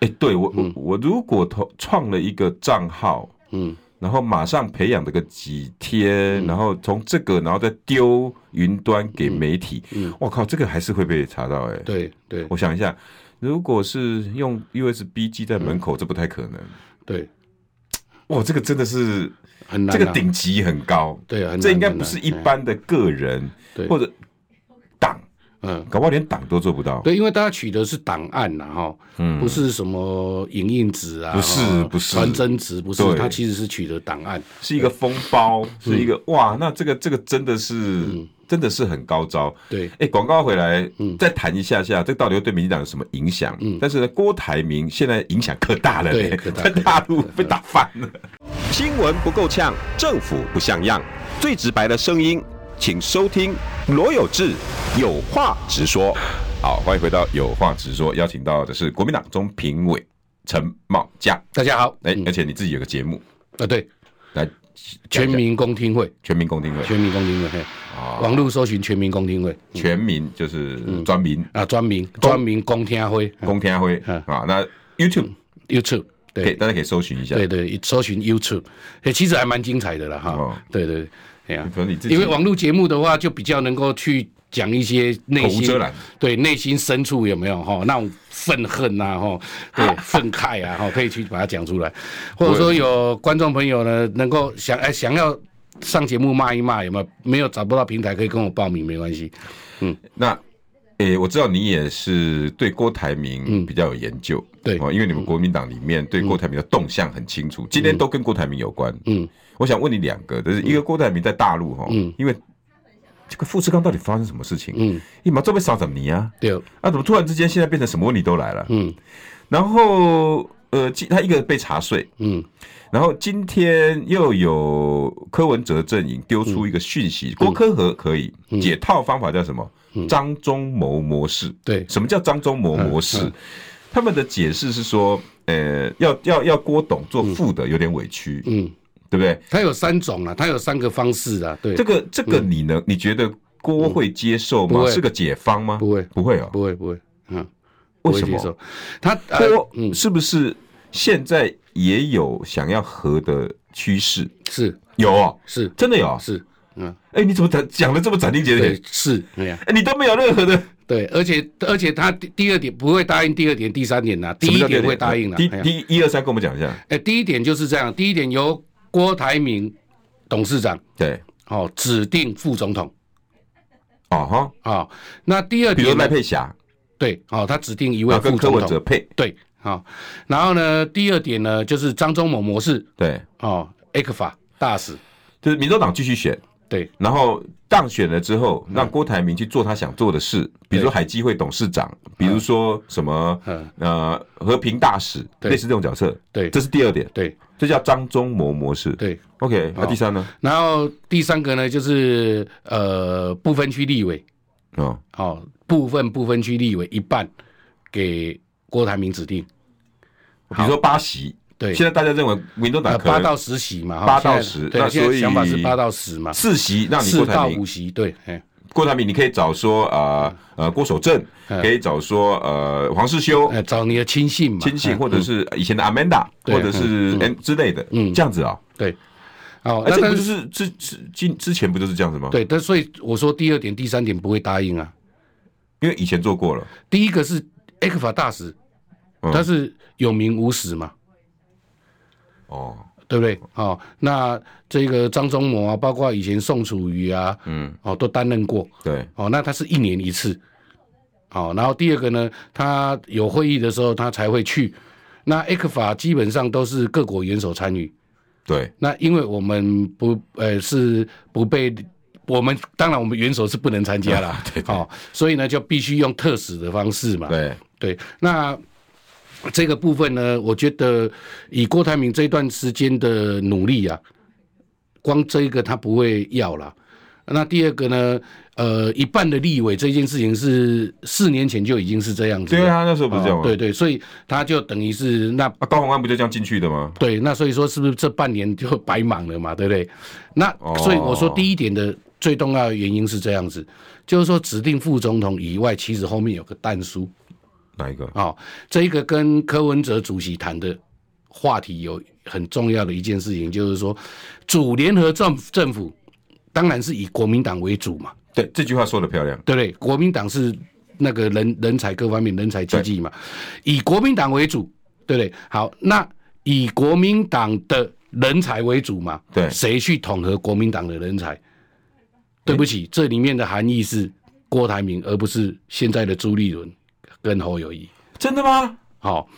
Speaker 1: 哎、对我我我如果投创了一个账号，
Speaker 2: 嗯，
Speaker 1: 然后马上培养这个几天，然后从这个，然后再丢云端给媒体，我、靠，这个还是会被查到哎、
Speaker 2: 嗯对对
Speaker 1: 我想一下，如果是用 USB 机在门
Speaker 2: 嗯
Speaker 1: 口，这不太可能。
Speaker 2: 对，
Speaker 1: 哇，这个真的是
Speaker 2: 很难啊。
Speaker 1: 这个顶级很高，
Speaker 2: 对，很难
Speaker 1: 这应该
Speaker 2: 很
Speaker 1: 不
Speaker 2: 难
Speaker 1: 是一
Speaker 2: 哎
Speaker 1: 般的个人
Speaker 2: 对
Speaker 1: 或者党，
Speaker 2: 嗯。
Speaker 1: 搞不好连党都做不到。
Speaker 2: 对，因为大家取的是档案呐，哈，不是什么影印纸啊，
Speaker 1: 嗯不是
Speaker 2: 哈
Speaker 1: 不是
Speaker 2: 传真纸，不是
Speaker 1: 对，
Speaker 2: 它其实是取的档案。
Speaker 1: 是一个风包，是一个哇，那这个这个真的是
Speaker 2: 嗯
Speaker 1: 真的是很高招。
Speaker 2: 对，
Speaker 1: 哎，广告回来，
Speaker 2: 嗯
Speaker 1: 再谈一下下，这到底会对民进党有什么影响？但是呢，郭台铭现在影响可大了
Speaker 2: 对
Speaker 1: 嘞，
Speaker 2: 可大
Speaker 1: 在大陆被打翻了。
Speaker 3: 新闻不够呛，政府不像样，最直白的声音，请收听罗有志有话直说。
Speaker 1: 好，欢迎回到有话直说，邀请到的是国民党中评委陈茂佳，
Speaker 2: 大家好，
Speaker 1: 哎，而且你自己有个节目
Speaker 2: 啊，对，
Speaker 1: 来讲哎
Speaker 2: 全
Speaker 1: 一下
Speaker 2: 民公听会，
Speaker 1: 全民公听会
Speaker 2: 全民公听会，嘿，
Speaker 1: 啊，
Speaker 2: 网络搜寻全民公听会嗯
Speaker 1: 全民就是专民
Speaker 2: 啊，专名专名公听会
Speaker 1: 公听会
Speaker 2: 嗯
Speaker 1: 啊，那 YouTube
Speaker 2: ，YouTube，
Speaker 1: 可以
Speaker 2: 对
Speaker 1: 大家可以搜寻一下，
Speaker 2: 对对，搜寻 YouTube，哎，其实还蛮精彩的啦，
Speaker 1: 哦
Speaker 2: 哈，对对，哎呀
Speaker 1: 可，能你自己
Speaker 2: 因为网络节目的话，就比较能够去讲一些内
Speaker 1: 口无
Speaker 2: 心
Speaker 1: 遮拦
Speaker 2: 对内心深处有没有哈那种愤恨呐、啊、哈，对
Speaker 1: [LAUGHS]
Speaker 2: 愤慨啊哈，可以去把它讲出来，或者说有观众朋友呢能够想哎想要上节目骂一骂有没有？没有找不到平台可以跟我报名没关系，
Speaker 1: 那，诶、我知道你也是对郭台铭比较有研究，
Speaker 2: 嗯对嗯
Speaker 1: 哦，因为你们国民党里面对郭台铭的动向很清楚，今天都跟郭台铭有关。嗯，我想问你两个，
Speaker 2: 嗯
Speaker 1: 就是一个郭台铭在大陆哈，因为这个富士康到底发生什么事情？嗯，你马这被烧怎么你啊？
Speaker 2: 对哦，
Speaker 1: 啊，怎么突然之间现在变成什么问题都来了？嗯，然后呃，今他一个被查税，
Speaker 2: 嗯，
Speaker 1: 然后今天又有柯文哲阵营丢出一个讯息，
Speaker 2: 嗯
Speaker 1: 郭科和可以、解套方法叫什么？张忠谋模式。
Speaker 2: 对
Speaker 1: 什么叫张忠谋模
Speaker 2: 嗯
Speaker 1: 式？他们的解释是说，呃，要要要郭董做副的有点委屈，
Speaker 2: 嗯，
Speaker 1: 对不对？
Speaker 2: 它有三种啊，它有三个方式啊，对，
Speaker 1: 这个这个你能你觉得郭会接受
Speaker 2: 不
Speaker 1: 吗？
Speaker 2: 会
Speaker 1: 是个解方吗？
Speaker 2: 不会
Speaker 1: 不会哦。
Speaker 2: 不会不会，嗯，
Speaker 1: 为
Speaker 2: 不会
Speaker 1: 什么
Speaker 2: 接受？它呃
Speaker 1: 郭
Speaker 2: 嗯
Speaker 1: 是不是现在也有想要和的趋势？
Speaker 2: 是
Speaker 1: 有哦，
Speaker 2: 是
Speaker 1: 真的有哦。
Speaker 2: 是嗯
Speaker 1: 哎，你怎么讲讲的这么斩钉截铁
Speaker 2: 对？是哎呀。
Speaker 1: 哎，你都没有任何的
Speaker 2: 对，而且而且他第第二点不会答应，第二点、第三点呐、第
Speaker 1: 什么
Speaker 2: 一
Speaker 1: 叫
Speaker 2: 点
Speaker 1: 对
Speaker 2: 会答应的、
Speaker 1: 第
Speaker 2: 哎呀
Speaker 1: 第一二三，跟我们讲一下。
Speaker 2: 哎，第一点就是这样，第一点由郭台铭董事长
Speaker 1: 对，
Speaker 2: 哦指定副总统
Speaker 1: 哦哈，
Speaker 2: 哦，那第二
Speaker 1: 比如
Speaker 2: 点
Speaker 1: 赖
Speaker 2: 呢？
Speaker 1: 佩霞，
Speaker 2: 对，哦，他指定一
Speaker 1: 然
Speaker 2: 位
Speaker 1: 后跟
Speaker 2: 副
Speaker 1: 柯
Speaker 2: 总
Speaker 1: 文哲
Speaker 2: 统，
Speaker 1: 配，
Speaker 2: 对，好、哦，然后呢，第二点呢就是张忠谋模式
Speaker 1: 对，
Speaker 2: 哦，A 克法大使，
Speaker 1: 就是民主党继续选，
Speaker 2: 对嗯
Speaker 1: 然后当选了之后，让郭台铭去做他想做的事，比如说海基会董事长，比如说什么
Speaker 2: 嗯
Speaker 1: 呃和平大使，
Speaker 2: 对
Speaker 1: 类似这种角色。
Speaker 2: 对
Speaker 1: 这是第二点，
Speaker 2: 对
Speaker 1: 这叫张忠谋模式。
Speaker 2: 对，
Speaker 1: OK，那
Speaker 2: 好
Speaker 1: 第三呢？
Speaker 2: 然后第三个呢就是呃不分区立委
Speaker 1: 哦，
Speaker 2: 哦，部分不分区立委一半给郭台铭指定，
Speaker 1: 比如说巴西，
Speaker 2: 对。
Speaker 1: 现在大家认为民主党
Speaker 2: 呃，
Speaker 1: 可
Speaker 2: 八
Speaker 1: 能
Speaker 2: 到十席嘛，哈哦
Speaker 1: 八到
Speaker 2: 现
Speaker 1: 十
Speaker 2: 在
Speaker 1: 那
Speaker 2: 对，现
Speaker 1: 所以
Speaker 2: 在想法是八到十嘛，
Speaker 1: 四席，让你
Speaker 2: 四
Speaker 1: 郭
Speaker 2: 到
Speaker 1: 台
Speaker 2: 五
Speaker 1: 铭，
Speaker 2: 席，对，哎，
Speaker 1: 郭台铭你可以找说呃呃郭守正，
Speaker 2: 嗯
Speaker 1: 可以找说呃黄世修。
Speaker 2: 呃，找你的亲信嘛，
Speaker 1: 亲信
Speaker 2: 哎
Speaker 1: 或者是呃以前的 Amanda，
Speaker 2: 对嗯
Speaker 1: 或者是 N 之类的，这样子啊，
Speaker 2: 对，哦，
Speaker 1: 哎，这
Speaker 2: 那
Speaker 1: 个
Speaker 2: 但
Speaker 1: 不就是是之之之之前不就是这样子吗？，
Speaker 2: 对，但所以我说第二点、第三点不会答应啊。
Speaker 1: 因为以前做过了，
Speaker 2: 第一个是 e 克法大使，
Speaker 1: 嗯
Speaker 2: 他是有名无实嘛，
Speaker 1: 哦，
Speaker 2: 对不对？哦，那这个张忠谋啊，包括以前宋楚瑜啊，
Speaker 1: 嗯，
Speaker 2: 哦，都担任过，
Speaker 1: 对，
Speaker 2: 哦，那他是一年一次，哦，然后第二个呢，他有会议的时候他才会去。那 e 克法基本上都是各国元首参与，
Speaker 1: 对，
Speaker 2: 那因为我们不呃是不被我们当然我们元首是不能参加啦，
Speaker 1: [LAUGHS] 对对
Speaker 2: 哦，所以呢就必须用特使的方式嘛，
Speaker 1: 对，
Speaker 2: 对，那这个部分呢，我觉得以郭台铭这段时间的努力啊，光这一个他不会要了。那第二个呢？呃，一半的立委这件事情是四年前就已经是这样子了。
Speaker 1: 对啊，那时候不是这样
Speaker 2: 哦
Speaker 1: 吗？
Speaker 2: 对对，所以他就等于是那
Speaker 1: 啊，高鸿安不就这样进去的吗？
Speaker 2: 对，那所以说是不是这半年就白忙了嘛，对不对？那
Speaker 1: 哦
Speaker 2: 所以我说第一点的最重要的原因是这样子，就是说指定副总统以外，其实后面有个蛋书
Speaker 1: 哪一个？
Speaker 2: 啊、哦，这一个跟柯文哲主席谈的话题有很重要的一件事情，就是说主联合政政府当然是以国民党为主嘛，
Speaker 1: 对，这句话说的漂亮。
Speaker 2: 对不对？国民党是那个人人才各方面人才济济嘛，以国民党为主，对不对？好，那以国民党的人才为主嘛，
Speaker 1: 对
Speaker 2: 谁去统合国民党的人才？对不起，这里面的含义是郭台铭，而不是现在的朱立伦跟侯友谊。
Speaker 1: 真的吗？
Speaker 2: 好、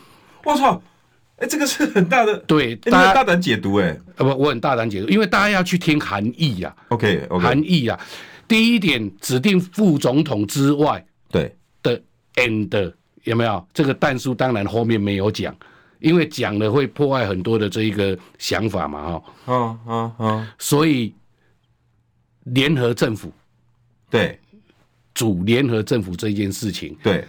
Speaker 1: 我操！哎，这个是很大的，
Speaker 2: 对，
Speaker 1: 哎你
Speaker 2: 大
Speaker 1: 很
Speaker 2: 家
Speaker 1: 大胆解读哎。
Speaker 2: 呃不，我很大胆解读，因为大家要去听含义呀、
Speaker 1: OK
Speaker 2: 啊，
Speaker 1: OK，
Speaker 2: 含义啊。第一点，指定副总统之外，
Speaker 1: 对，
Speaker 2: 的 and 有没有？这个弹书当然后面没有讲，因为讲了会破坏很多的这一个想法嘛，哈。
Speaker 1: 啊啊啊，
Speaker 2: 所以联合政府
Speaker 1: 对
Speaker 2: 组联合政府这件事情，
Speaker 1: 对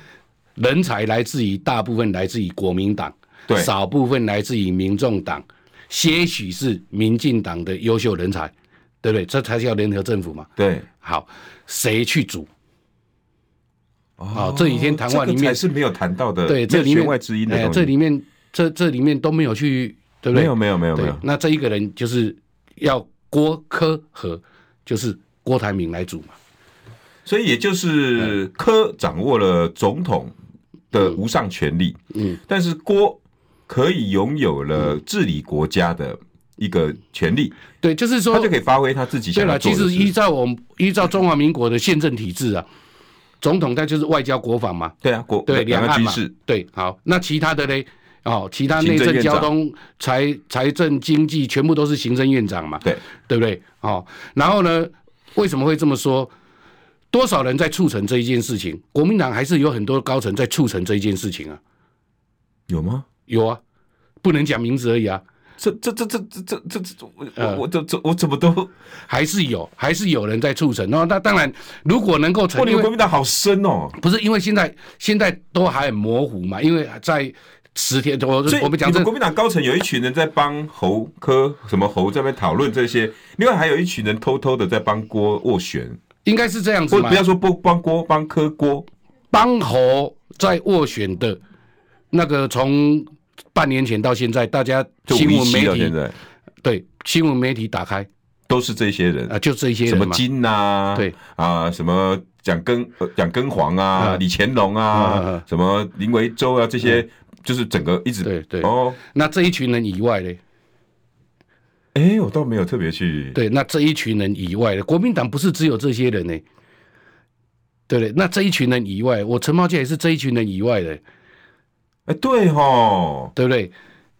Speaker 2: 人才来自于大部分来自于国民党，
Speaker 1: 对
Speaker 2: 少部分来自于民众党，些许是民进党的优秀人才，对不对？这才叫联合政府嘛。
Speaker 1: 对。
Speaker 2: 好，谁去组？哦这几天谈话里面
Speaker 1: 这个才是没有谈到的，呃没
Speaker 2: 对，
Speaker 1: 有
Speaker 2: 这里面
Speaker 1: 弦外之音的
Speaker 2: 哎
Speaker 1: 东西。
Speaker 2: 这里面这这里面都没有去，对不对？
Speaker 1: 没有没有没有没
Speaker 2: 对，
Speaker 1: 有，
Speaker 2: 那这一个人就是要郭科和，就是郭台铭来主嘛。
Speaker 1: 所以也就是柯掌握了总统的无上权力，
Speaker 2: 嗯，
Speaker 1: 但是郭可以拥有了治理国家的一个权利，
Speaker 2: 对，就是说
Speaker 1: 他就，可以发挥他自己
Speaker 2: 对
Speaker 1: 想要
Speaker 2: 了，
Speaker 1: 做
Speaker 2: 其
Speaker 1: 的
Speaker 2: 实依
Speaker 1: 事。
Speaker 2: 照我们依照中华民国的宪政体制啊，总统他就是外交国防嘛，
Speaker 1: 对啊，国
Speaker 2: 对，
Speaker 1: 两
Speaker 2: 两
Speaker 1: 个
Speaker 2: 岸
Speaker 1: 军
Speaker 2: 嘛
Speaker 1: 事，，
Speaker 2: 对，好，那其他的嘞，哦，其他
Speaker 1: 行
Speaker 2: 内
Speaker 1: 政
Speaker 2: 政、
Speaker 1: 院长
Speaker 2: 交通、财财政、经济，全部都是行政院长嘛，
Speaker 1: 对
Speaker 2: 对不对？哦，然后呢，为什么会这么说？多少人在促成这一件事情？国民党还是有很多高层在促成这一件事情啊，
Speaker 1: 有吗？
Speaker 2: 有啊，不能讲名字而已啊，
Speaker 1: 这这这这这这这这我我
Speaker 2: 呃
Speaker 1: 我这这我怎么都
Speaker 2: 还是有，还是有人在促成。然后那当然，如果能够成
Speaker 1: 哇，，哦你
Speaker 2: 因
Speaker 1: 们国
Speaker 2: 为
Speaker 1: 民党好深哦，
Speaker 2: 不是因为现在现在都还很模糊嘛，因为在十天，我
Speaker 1: 所以
Speaker 2: 我们讲
Speaker 1: 你
Speaker 2: 这
Speaker 1: 们国民党高层有一群人在帮侯科什么侯在那边讨论这些，另外还有一群人偷偷的在帮郭斡旋，
Speaker 2: 应该是这样子
Speaker 1: 或
Speaker 2: 嘛
Speaker 1: 不，要说不帮郭帮柯郭，
Speaker 2: 帮侯在斡旋的那个从半年前到现在，大家
Speaker 1: 就五
Speaker 2: 新
Speaker 1: 一
Speaker 2: 闻
Speaker 1: 七
Speaker 2: 媒
Speaker 1: 到现
Speaker 2: 体
Speaker 1: 在
Speaker 2: 对新闻媒体打开
Speaker 1: 都是这些人
Speaker 2: 啊、，就这一些
Speaker 1: 什
Speaker 2: 人
Speaker 1: 么
Speaker 2: 嘛，
Speaker 1: 金呐，
Speaker 2: 对
Speaker 1: 啊，什么蒋根呃蒋根煌啊，
Speaker 2: 嗯
Speaker 1: 李乾隆
Speaker 2: 嗯嗯
Speaker 1: 啊
Speaker 2: 嗯，
Speaker 1: 什么林维洲啊，这些就是整个一直
Speaker 2: 对对
Speaker 1: 哦，
Speaker 2: 那这一群人以外嘞，
Speaker 1: 哎，我倒没有特别去
Speaker 2: 对，那这一群人以外的国民党不是只有这些人呢、对不对？那这一群人以外，我陈茂健也是这一群人以外的、
Speaker 1: 哎，对吼，
Speaker 2: 对不对？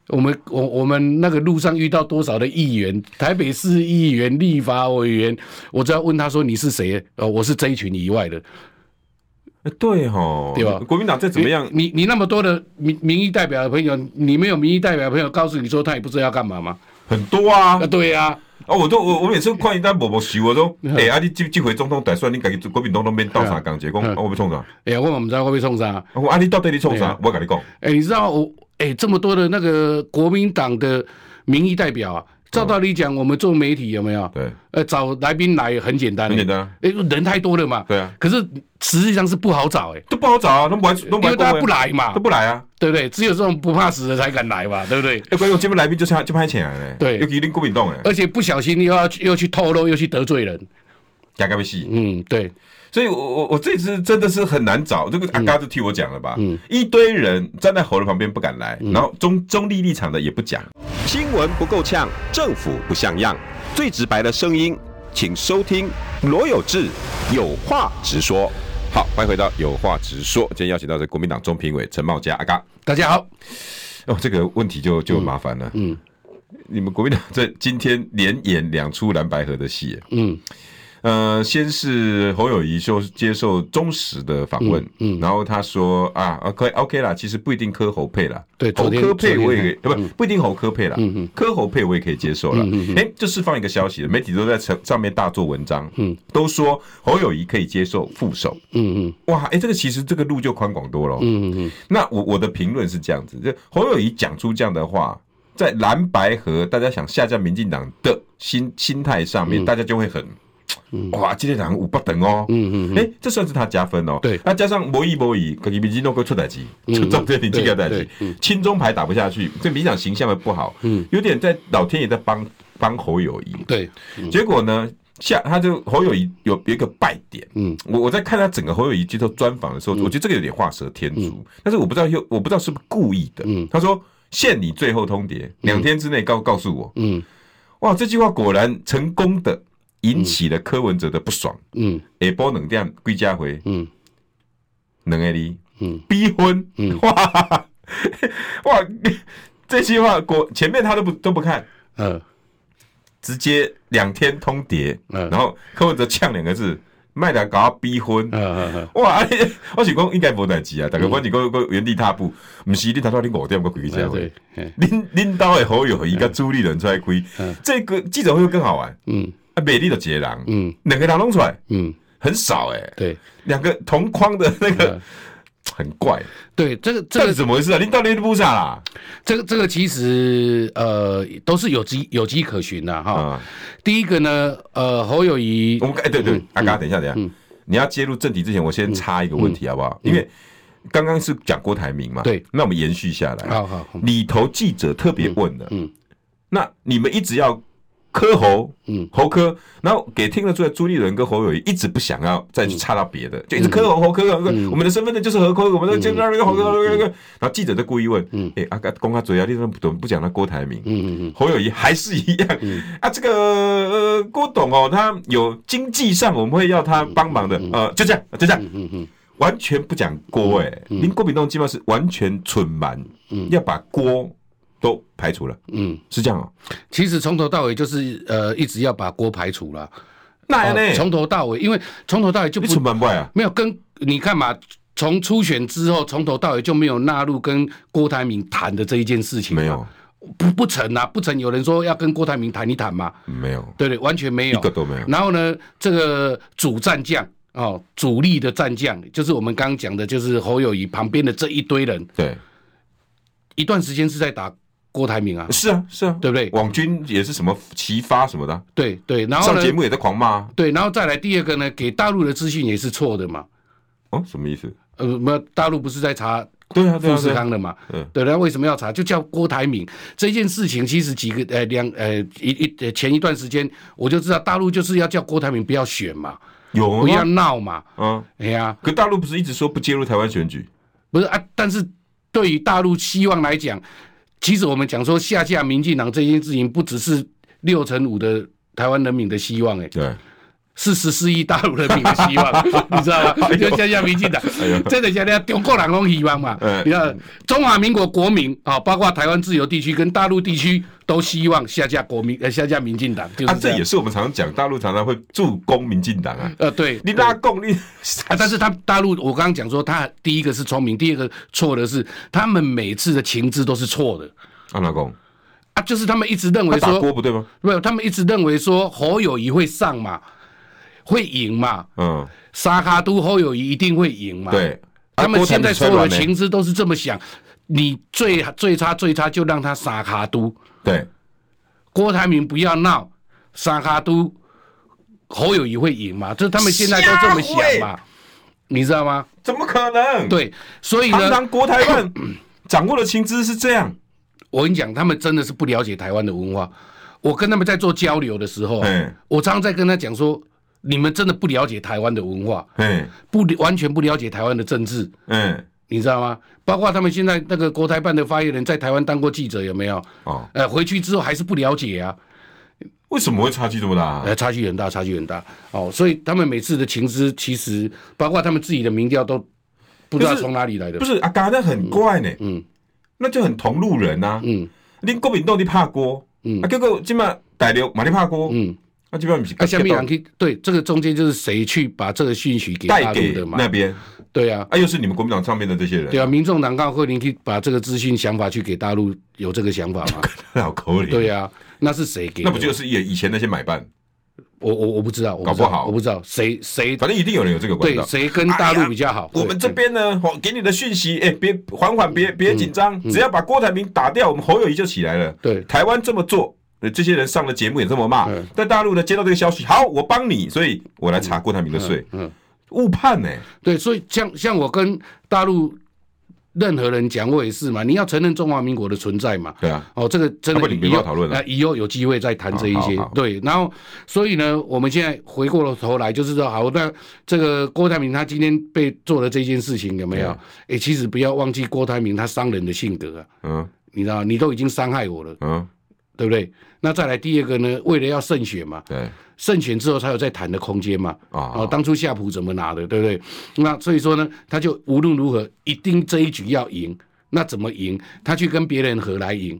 Speaker 2: 我们我我们那个路上遇到多少的议员，台北市议员、立法委员，我只要问他说你是谁？哦，我是这一群以外的，
Speaker 1: 哎对吼，
Speaker 2: 对吧
Speaker 1: 国民党再怎么样，
Speaker 2: 你你你那么多的民民意代表的朋友，你没有民意代表的朋友告诉你说他也不知道要干嘛吗？
Speaker 1: 很多啊
Speaker 2: 啊，，对呀、啊，
Speaker 1: 哦，我都我我每次看伊在默默收，我
Speaker 2: [LAUGHS]
Speaker 1: 都
Speaker 2: 嗯
Speaker 1: 哎、欸、啊，你这这回总统打算你家己国民党都免斗啥讲，结果
Speaker 2: 嗯
Speaker 1: 啊，我要创啥？
Speaker 2: 哎呀，我们不知道会不会冲啥？
Speaker 1: 我啊，你到底你创
Speaker 2: 对
Speaker 1: 啥
Speaker 2: 啊？
Speaker 1: 我跟你讲，
Speaker 2: 哎，你知道我哎这么多的那个国民党的民意代表啊，照道理讲，我们做媒体有没有？
Speaker 1: 对，
Speaker 2: 呃，找来宾来很简单，
Speaker 1: 很简单啊，
Speaker 2: 哎，人太多了嘛。
Speaker 1: 对啊
Speaker 2: 可是实际上是不好找哎、
Speaker 1: 都不好找啊，都不来，都
Speaker 2: 因为
Speaker 1: 不
Speaker 2: 大家不
Speaker 1: 来，
Speaker 2: 来嘛
Speaker 1: 都，不来啊。
Speaker 2: 对不对？只有这种不怕死的才敢来嘛，对不对？
Speaker 1: 哎、观众这边来宾就是就拍起来嘞，
Speaker 2: 对呃
Speaker 1: 尤其恁国民党诶，
Speaker 2: 而且不小心又要去又去透露，又去得罪人，
Speaker 1: 加干要死。
Speaker 2: 嗯，对，
Speaker 1: 所以我我我这次真的是很难找，这个阿嘎就替我讲了吧，一堆人站在猴的旁边不敢来，然后中中立立场的也不讲。
Speaker 3: 新闻不够呛，政府不像样，最直白的声音，请收听罗有志有话直说。
Speaker 1: 好，欢迎回到有话直说，今天邀请到的国民党中评委陈茂佳阿嘎。
Speaker 2: 大家好，
Speaker 1: [LAUGHS] 哦，这个问题就就麻烦了。
Speaker 2: 嗯
Speaker 1: 你们国民党在今天连演两出蓝白河的戏耶，
Speaker 2: 嗯，
Speaker 1: 呃，先是侯友谊就接受中时的访问，嗯，然后他说啊，OK OK 啦，其实不一定柯侯配啦，
Speaker 2: 对
Speaker 1: 侯
Speaker 2: 昨天
Speaker 1: 柯配我也可以，
Speaker 2: 昨天
Speaker 1: 不不一定侯柯配啦，嗯嗯，柯侯配我也可以接受啦。
Speaker 2: 嗯
Speaker 1: 哎，这释放一个消息了，媒体都在上上面大做文章，嗯，都说侯友谊可以接受副手，
Speaker 2: 嗯嗯
Speaker 1: 哇，哎，这个其实这个路就宽广多了哦，
Speaker 2: 嗯嗯
Speaker 1: 那我我的评论是这样子，就侯友谊讲出这样的话，在蓝白和大家想下架民进党的心心态上面，大家就会很。哇，今天党五不等哦，嗯嗯，哎、这算是他加分哦。
Speaker 2: 对
Speaker 1: 那加上博弈博弈，可以民进党会出代机，就重点你这个代
Speaker 2: 对
Speaker 1: 机，亲中牌打不下去，这民进党形象会不好，嗯，有点在老天爷在帮帮侯友谊
Speaker 2: 嗯，。对，
Speaker 1: 结果呢，下他就侯友谊有有一个败点，
Speaker 2: 嗯，
Speaker 1: 我我在看他整个侯友谊接受专访的时候，我觉得这个有点画蛇添
Speaker 2: 嗯
Speaker 1: 足，但是我不知道又我不知道是不是故意的，嗯，他说限你最后通牒，两天之内告告诉我，
Speaker 2: 嗯
Speaker 1: 哇，这句话果然成功的引起了柯文哲的不爽，
Speaker 2: 嗯
Speaker 1: 下波冷掉归家回，
Speaker 2: 嗯
Speaker 1: 能爱你，
Speaker 2: 嗯，
Speaker 1: 逼婚，
Speaker 2: 嗯
Speaker 1: [LAUGHS] 哇哇，这句话果前面他都不都不看，
Speaker 2: 呃
Speaker 1: 直接两天通牒，
Speaker 2: 嗯
Speaker 1: 然后柯文哲呛两个字，卖俩搞到逼婚。
Speaker 2: 呃呃，
Speaker 1: 哇！你我想讲应该无代志啊，大家反正个个原地踏步，毋是你头到你五点个开
Speaker 2: 呃
Speaker 1: 车
Speaker 2: 对
Speaker 1: 会，，
Speaker 2: 哎
Speaker 1: 恁恁兜的好友伊甲朱立伦出来开
Speaker 2: 嗯，
Speaker 1: 这个记者会更好玩，
Speaker 2: 嗯
Speaker 1: 啊，美丽的一个人，
Speaker 2: 嗯
Speaker 1: 两个人弄出来
Speaker 2: 嗯，
Speaker 1: 很少哎，
Speaker 2: 对
Speaker 1: 两个同框的那个 [LAUGHS] 很怪，
Speaker 2: 对，这个这
Speaker 1: 到底
Speaker 2: 个
Speaker 1: 怎么回事啊？你到底在铺啥啦？
Speaker 2: 这个这个其实呃都是有迹有迹可循的哈。
Speaker 1: 啊，
Speaker 2: 第一个呢，呃，侯友谊
Speaker 1: 我，们哎对对，
Speaker 2: 嗯
Speaker 1: 阿嘎，等一下等一下，你要介入正题之前，我先插一个问题好不好？因为刚刚是讲郭台铭嘛，
Speaker 2: 嗯对，
Speaker 1: 那我们延续下来，
Speaker 2: 好好好
Speaker 1: 里头记者特别问了，
Speaker 2: 嗯
Speaker 1: 嗯
Speaker 2: 嗯，
Speaker 1: 那你们一直要磕侯，嗯
Speaker 2: 嗯，
Speaker 1: 侯科，然后给听得出来朱立伦跟侯友谊一直不想要再去插到别
Speaker 2: 嗯
Speaker 1: 的，就一直磕侯侯科侯科，我们的身份证就是侯科，我们的就是那个侯科侯科侯
Speaker 2: 嗯
Speaker 1: 科，然后记者就故意问，嗯，哎，阿公阿嘴啊，你怎么怎么不讲到郭台铭？
Speaker 2: 嗯嗯嗯
Speaker 1: 侯友谊还是一样、啊，这个、呃、郭董哦，他有经济上我们会要他帮忙的，呃，就这样，就这样，
Speaker 2: 嗯嗯
Speaker 1: 完全不讲锅哎、您郭炳东基本上是完全蠢蛮，要把锅都排除了，
Speaker 2: 嗯，
Speaker 1: 是这样哦、
Speaker 2: 嗯，其实从头到尾就是呃一直要把锅排除了，
Speaker 1: 那
Speaker 2: 哦
Speaker 1: 呢？
Speaker 2: 从头到尾，因为从头到尾就
Speaker 1: 你
Speaker 2: 不
Speaker 1: 蠢蛮怪啊？
Speaker 2: 没有跟你看嘛，从初选之后，从头到尾就没有纳入跟郭台铭谈的这一件事情嘛，
Speaker 1: 没有，
Speaker 2: 不不成啊，不成有人说要跟郭台铭谈一谈嘛，
Speaker 1: 没有，
Speaker 2: 对不对，完全没有
Speaker 1: 一个。都没有。
Speaker 2: 然后呢，这个主战将哦，主力的战将就是我们刚刚讲的，就是侯友谊旁边的这一堆人，
Speaker 1: 对，
Speaker 2: 一段时间是在打郭台铭啊，
Speaker 1: 是啊，是啊，
Speaker 2: 对不对？
Speaker 1: 网军也是什么齐发什么的啊，
Speaker 2: 对对，然后
Speaker 1: 上节
Speaker 2: 呢，
Speaker 1: 目也在狂骂啊
Speaker 2: 对，然后再来第二个呢，给大陆的资讯也是错的嘛，
Speaker 1: 哦，什么意思？
Speaker 2: 呃，没有，大陆不是在查
Speaker 1: 对啊，对
Speaker 2: 富
Speaker 1: 啊，
Speaker 2: 士
Speaker 1: 对啊
Speaker 2: 康的嘛？
Speaker 1: 对
Speaker 2: 对，那为什么要查？就叫郭台铭这件事情，其实几个呃两呃一一呃前一段时间我就知道，大陆就是要叫郭台铭不要选嘛，
Speaker 1: 有
Speaker 2: 不要
Speaker 1: 吗？
Speaker 2: 闹嘛，
Speaker 1: 嗯，
Speaker 2: 哎呀、
Speaker 1: 可大陆不是一直说不介入台湾选举？
Speaker 2: 不是啊，但是对于大陆希望来讲，其实我们讲说下架民进党这件事情，不只是六成五的台湾人民的希望、哎，
Speaker 1: 对，
Speaker 2: 是十四亿大陆人民的希
Speaker 1: [LAUGHS]
Speaker 2: 望，你知道
Speaker 1: 哎
Speaker 2: 吗？就下架民进党，真的像那中国人拢希望嘛
Speaker 1: 哎？
Speaker 2: 你看中华民国国民啊、包括台湾自由地区跟大陆地区都希望下架国民呃下架民进党，就是
Speaker 1: 啊，
Speaker 2: 这
Speaker 1: 这
Speaker 2: 样
Speaker 1: 也。是我们常常讲，大陆常常会助攻民进党啊，
Speaker 2: 呃，对，
Speaker 1: 你拉共你，
Speaker 2: 啊，但是他大陆，我刚刚讲说，他第一个是聪明，第二个错的是，他们每次的情资都是错的。
Speaker 1: 啊，老公，
Speaker 2: 啊，就是他们一直认
Speaker 1: 他
Speaker 2: 为
Speaker 1: 打
Speaker 2: 说，
Speaker 1: 锅不对吗？
Speaker 2: 没有，他们一直认为说侯友谊会上嘛，会赢嘛，
Speaker 1: 嗯，
Speaker 2: 沙卡都侯友谊一定会赢嘛。，
Speaker 1: 对，啊
Speaker 2: 他们现在所有的，
Speaker 1: 郭台铭
Speaker 2: 情
Speaker 1: 是
Speaker 2: 资都是这么想，你最最差最差就让他沙卡都，
Speaker 1: 对，
Speaker 2: 郭台铭不要闹，沙卡都侯友谊会赢嘛，就是他们现在都这么想
Speaker 1: 瞎
Speaker 2: 嘛，你知道吗？
Speaker 1: 怎么可能？，
Speaker 2: 对，所以
Speaker 1: 堂
Speaker 2: 呢，
Speaker 1: 堂国台办
Speaker 2: [COUGHS]
Speaker 1: 掌握的情资是这样，
Speaker 2: 我跟你讲，他们真的是不了解台湾的文化。我跟他们在做交流的时候啊
Speaker 1: 嗯，
Speaker 2: 我常常在跟他讲说，你们真的不了解台湾的文化，
Speaker 1: 嗯
Speaker 2: 不完全不了解台湾的政治，
Speaker 1: 嗯，
Speaker 2: 你知道吗？包括他们现在那个国台办的发言人在台湾当过记者，有没有？
Speaker 1: 哦，
Speaker 2: 呃，回去之后还是不了解啊，
Speaker 1: 为什么会差距这么大啊？
Speaker 2: 呃，差距很大，差距很大哦。所以他们每次的情资，其实包括他们自己的民调都不知道
Speaker 1: 可是
Speaker 2: 从哪里来的
Speaker 1: 不。是啊，嘎，那很怪呢，
Speaker 2: 嗯
Speaker 1: 那就很同路人呐，啊
Speaker 2: 嗯
Speaker 1: 你国民党你怕锅，
Speaker 2: 嗯
Speaker 1: 啊，结果今嘛大陆嘛你怕锅，
Speaker 2: 嗯
Speaker 1: 啊，那基本上不是
Speaker 2: 那下面人去对这个中间就是谁去把这个讯息给大
Speaker 1: 带
Speaker 2: 陆
Speaker 1: 给
Speaker 2: 的嘛
Speaker 1: 那？边，
Speaker 2: 对啊，
Speaker 1: 啊，又是你们国民党上面的这些人，
Speaker 2: 对啊，民众党跟会林去把这个资讯想法去给大陆有这个想法
Speaker 1: [LAUGHS]
Speaker 2: 嘛？
Speaker 1: 好口里，
Speaker 2: 对啊，那是谁给的？
Speaker 1: 那不就是也以前那些买办，
Speaker 2: 我我我不知道，我
Speaker 1: 搞
Speaker 2: 知道
Speaker 1: 不好
Speaker 2: 我不知道谁谁
Speaker 1: 反正一定有人有这个管
Speaker 2: 对
Speaker 1: 道。哎
Speaker 2: 谁跟大陆比较好。
Speaker 1: 我们这边呢，我给你的讯息，哎，别缓缓，别
Speaker 2: 嗯
Speaker 1: 别紧张，只要把郭台铭打掉，我们侯友谊就起来了。
Speaker 2: 对
Speaker 1: 台湾这么做，呃这些人上了节目也这么骂
Speaker 2: 嗯，
Speaker 1: 在大陆呢接到这个消息，好，我帮你，所以我来查郭台铭的税，
Speaker 2: 嗯嗯
Speaker 1: 误判呢，
Speaker 2: 对，所以像像我跟大陆任何人讲，我也是嘛，你要承认中华民国的存在嘛。
Speaker 1: 对啊，
Speaker 2: 哦，这个真
Speaker 1: 要不
Speaker 2: 的
Speaker 1: 你没
Speaker 2: 以
Speaker 1: 办
Speaker 2: 后
Speaker 1: 法讨论了啊
Speaker 2: 呃以后有机会再谈这一些
Speaker 1: 好好好。
Speaker 2: 对，然后所以呢，我们现在回过了头来，就是说，好，那这个郭台铭他今天被做了这件事情，有没有？哎，其实不要忘记郭台铭他伤人的性格啊，
Speaker 1: 嗯
Speaker 2: 你知道，你都已经伤害我了，
Speaker 1: 嗯，
Speaker 2: 对不对？那再来第二个呢，为了要慎选嘛，
Speaker 1: 对
Speaker 2: 慎选之后才有再谈的空间嘛。哦，
Speaker 1: 啊，
Speaker 2: 当初夏普怎么拿的，对不对？那所以说呢，他就无论如何一定这一局要赢。那怎么赢？他去跟别人合来赢，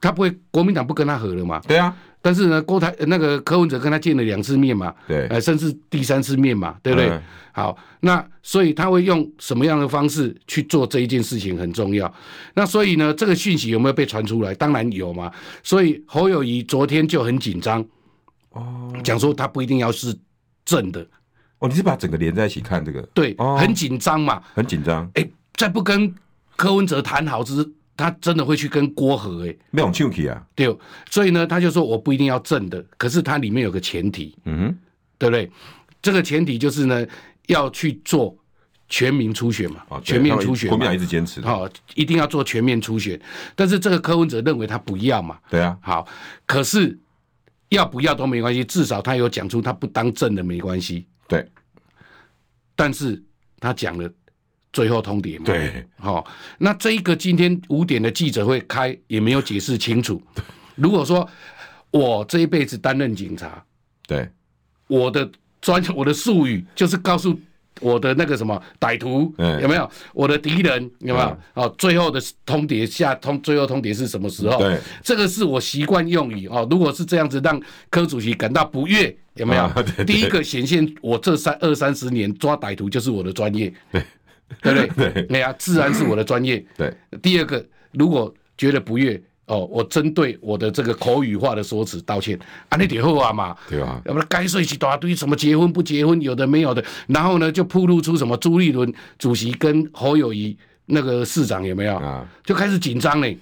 Speaker 2: 他不会国民党不跟他合了嘛？
Speaker 1: 对啊，
Speaker 2: 但是呢，郭台呃那个柯文哲跟他见了两次面嘛，
Speaker 1: 对，
Speaker 2: 呃，甚至第三次面嘛，对不对？
Speaker 1: 嗯
Speaker 2: 好，那所以他会用什么样的方式去做这一件事情很重要。那所以呢，这个讯息有没有被传出来？当然有嘛。所以侯友谊昨天就很紧张，
Speaker 1: 哦
Speaker 2: 讲说他不一定要是正的，
Speaker 1: 哦，你是把整个连在一起看这个，
Speaker 2: 对，
Speaker 1: 哦
Speaker 2: 很紧张嘛。
Speaker 1: 很紧张，
Speaker 2: 哎、再不跟柯文哲谈好，之他真的会去跟郭和哎、
Speaker 1: 没有勇气啊，
Speaker 2: 对，所以呢，他就说我不一定要正的，可是它里面有个前提，
Speaker 1: 嗯
Speaker 2: 对不对？这个前提就是呢，要去做全民初选嘛，
Speaker 1: 哼，哦对
Speaker 2: 全面
Speaker 1: 他们
Speaker 2: 初选
Speaker 1: 国民
Speaker 2: 嘛
Speaker 1: 党，一直坚持，
Speaker 2: 好、一定要做全面初选。但是这个柯文哲认为他不要嘛，
Speaker 1: 对啊，
Speaker 2: 好，可是要不要都没关系，至少他有讲出他不当正的没关系。
Speaker 1: 对
Speaker 2: 但是他讲了最后通牒嘛，，
Speaker 1: 对，
Speaker 2: 好、那这一个今天五点的记者会开也没有解释清楚。如果说我这一辈子担任警察，
Speaker 1: 对，
Speaker 2: 我的专 [LAUGHS] 我的术语就是告诉我的那个什么歹徒、
Speaker 1: 嗯
Speaker 2: 有没有，我的敌人有没有？
Speaker 1: 嗯
Speaker 2: 哦，最后的通牒下通最后通牒是什么时候？
Speaker 1: 对，
Speaker 2: 这个是我习惯用语哦。如果是这样子让柯主席感到不悦，有没有？
Speaker 1: 啊对对
Speaker 2: 第一个显现我这三二三十年抓歹徒就是我的专业，对对不对？
Speaker 1: 对
Speaker 2: 哎对呀、自然是我的专业。
Speaker 1: 对，
Speaker 2: 第二个，如果觉得不悦。哦，我针对我的这个口语化的说辞道歉，啊，那点后啊嘛，
Speaker 1: 对吧？
Speaker 2: 要不然该睡一大堆，什么结婚不结婚，有的没有的，然后呢就铺露出什么朱立伦主席跟侯友谊那个市长有没有，
Speaker 1: 啊，
Speaker 2: 就开始紧张嘞，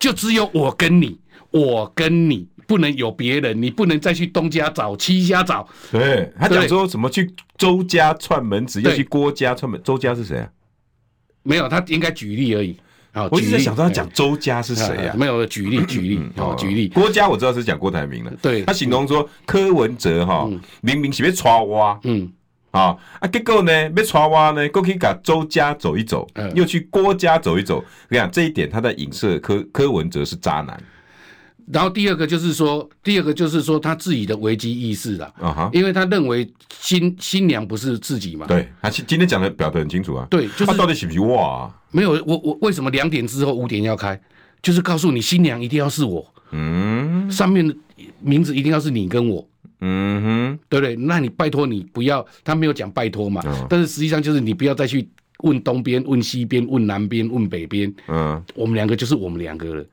Speaker 2: 就只有我跟你，我跟你不能有别人，你不能再去东家找七家找，
Speaker 1: 对他讲说怎么去周家串门子，
Speaker 2: 对
Speaker 1: 要去郭家串门。周家是谁啊？
Speaker 2: 没有，他应该举例而已。好，
Speaker 1: 我一直在
Speaker 2: 举例
Speaker 1: 想说他讲周家是谁
Speaker 2: 哎
Speaker 1: 啊？
Speaker 2: 没有举
Speaker 1: [COUGHS]
Speaker 2: 例举例，好举例，
Speaker 1: 郭家我知道是讲郭台铭的。
Speaker 2: 对
Speaker 1: 他形容说柯文哲哈，明明是要抓蛙
Speaker 2: 嗯，
Speaker 1: 啊啊，结果呢要抓蛙呢，过去搞周家走一走
Speaker 2: 嗯，
Speaker 1: 又去郭家走一走。我跟你讲这一点，他在影射柯柯文哲是渣男
Speaker 2: 然后第二个就是说，第二个就是说他自己的危机意识啦，
Speaker 1: 啊哈。
Speaker 2: 因为他认为新新娘不是自己嘛，
Speaker 1: 对他今今天讲的表得很清楚啊，
Speaker 2: 对就是
Speaker 1: 他到底喜不喜哇啊？
Speaker 2: 没有，我我为什么两点之后五点要开？就是告诉你新娘一定要是我，
Speaker 1: 嗯
Speaker 2: 上面的名字一定要是你跟我，
Speaker 1: 嗯
Speaker 2: 对不对？那你拜托你不要，他没有讲拜托嘛，但是实际上就是你不要再去问东边、问西边、问南边、问北边，
Speaker 1: 哼嗯，
Speaker 2: 我们两个就是我们两个了。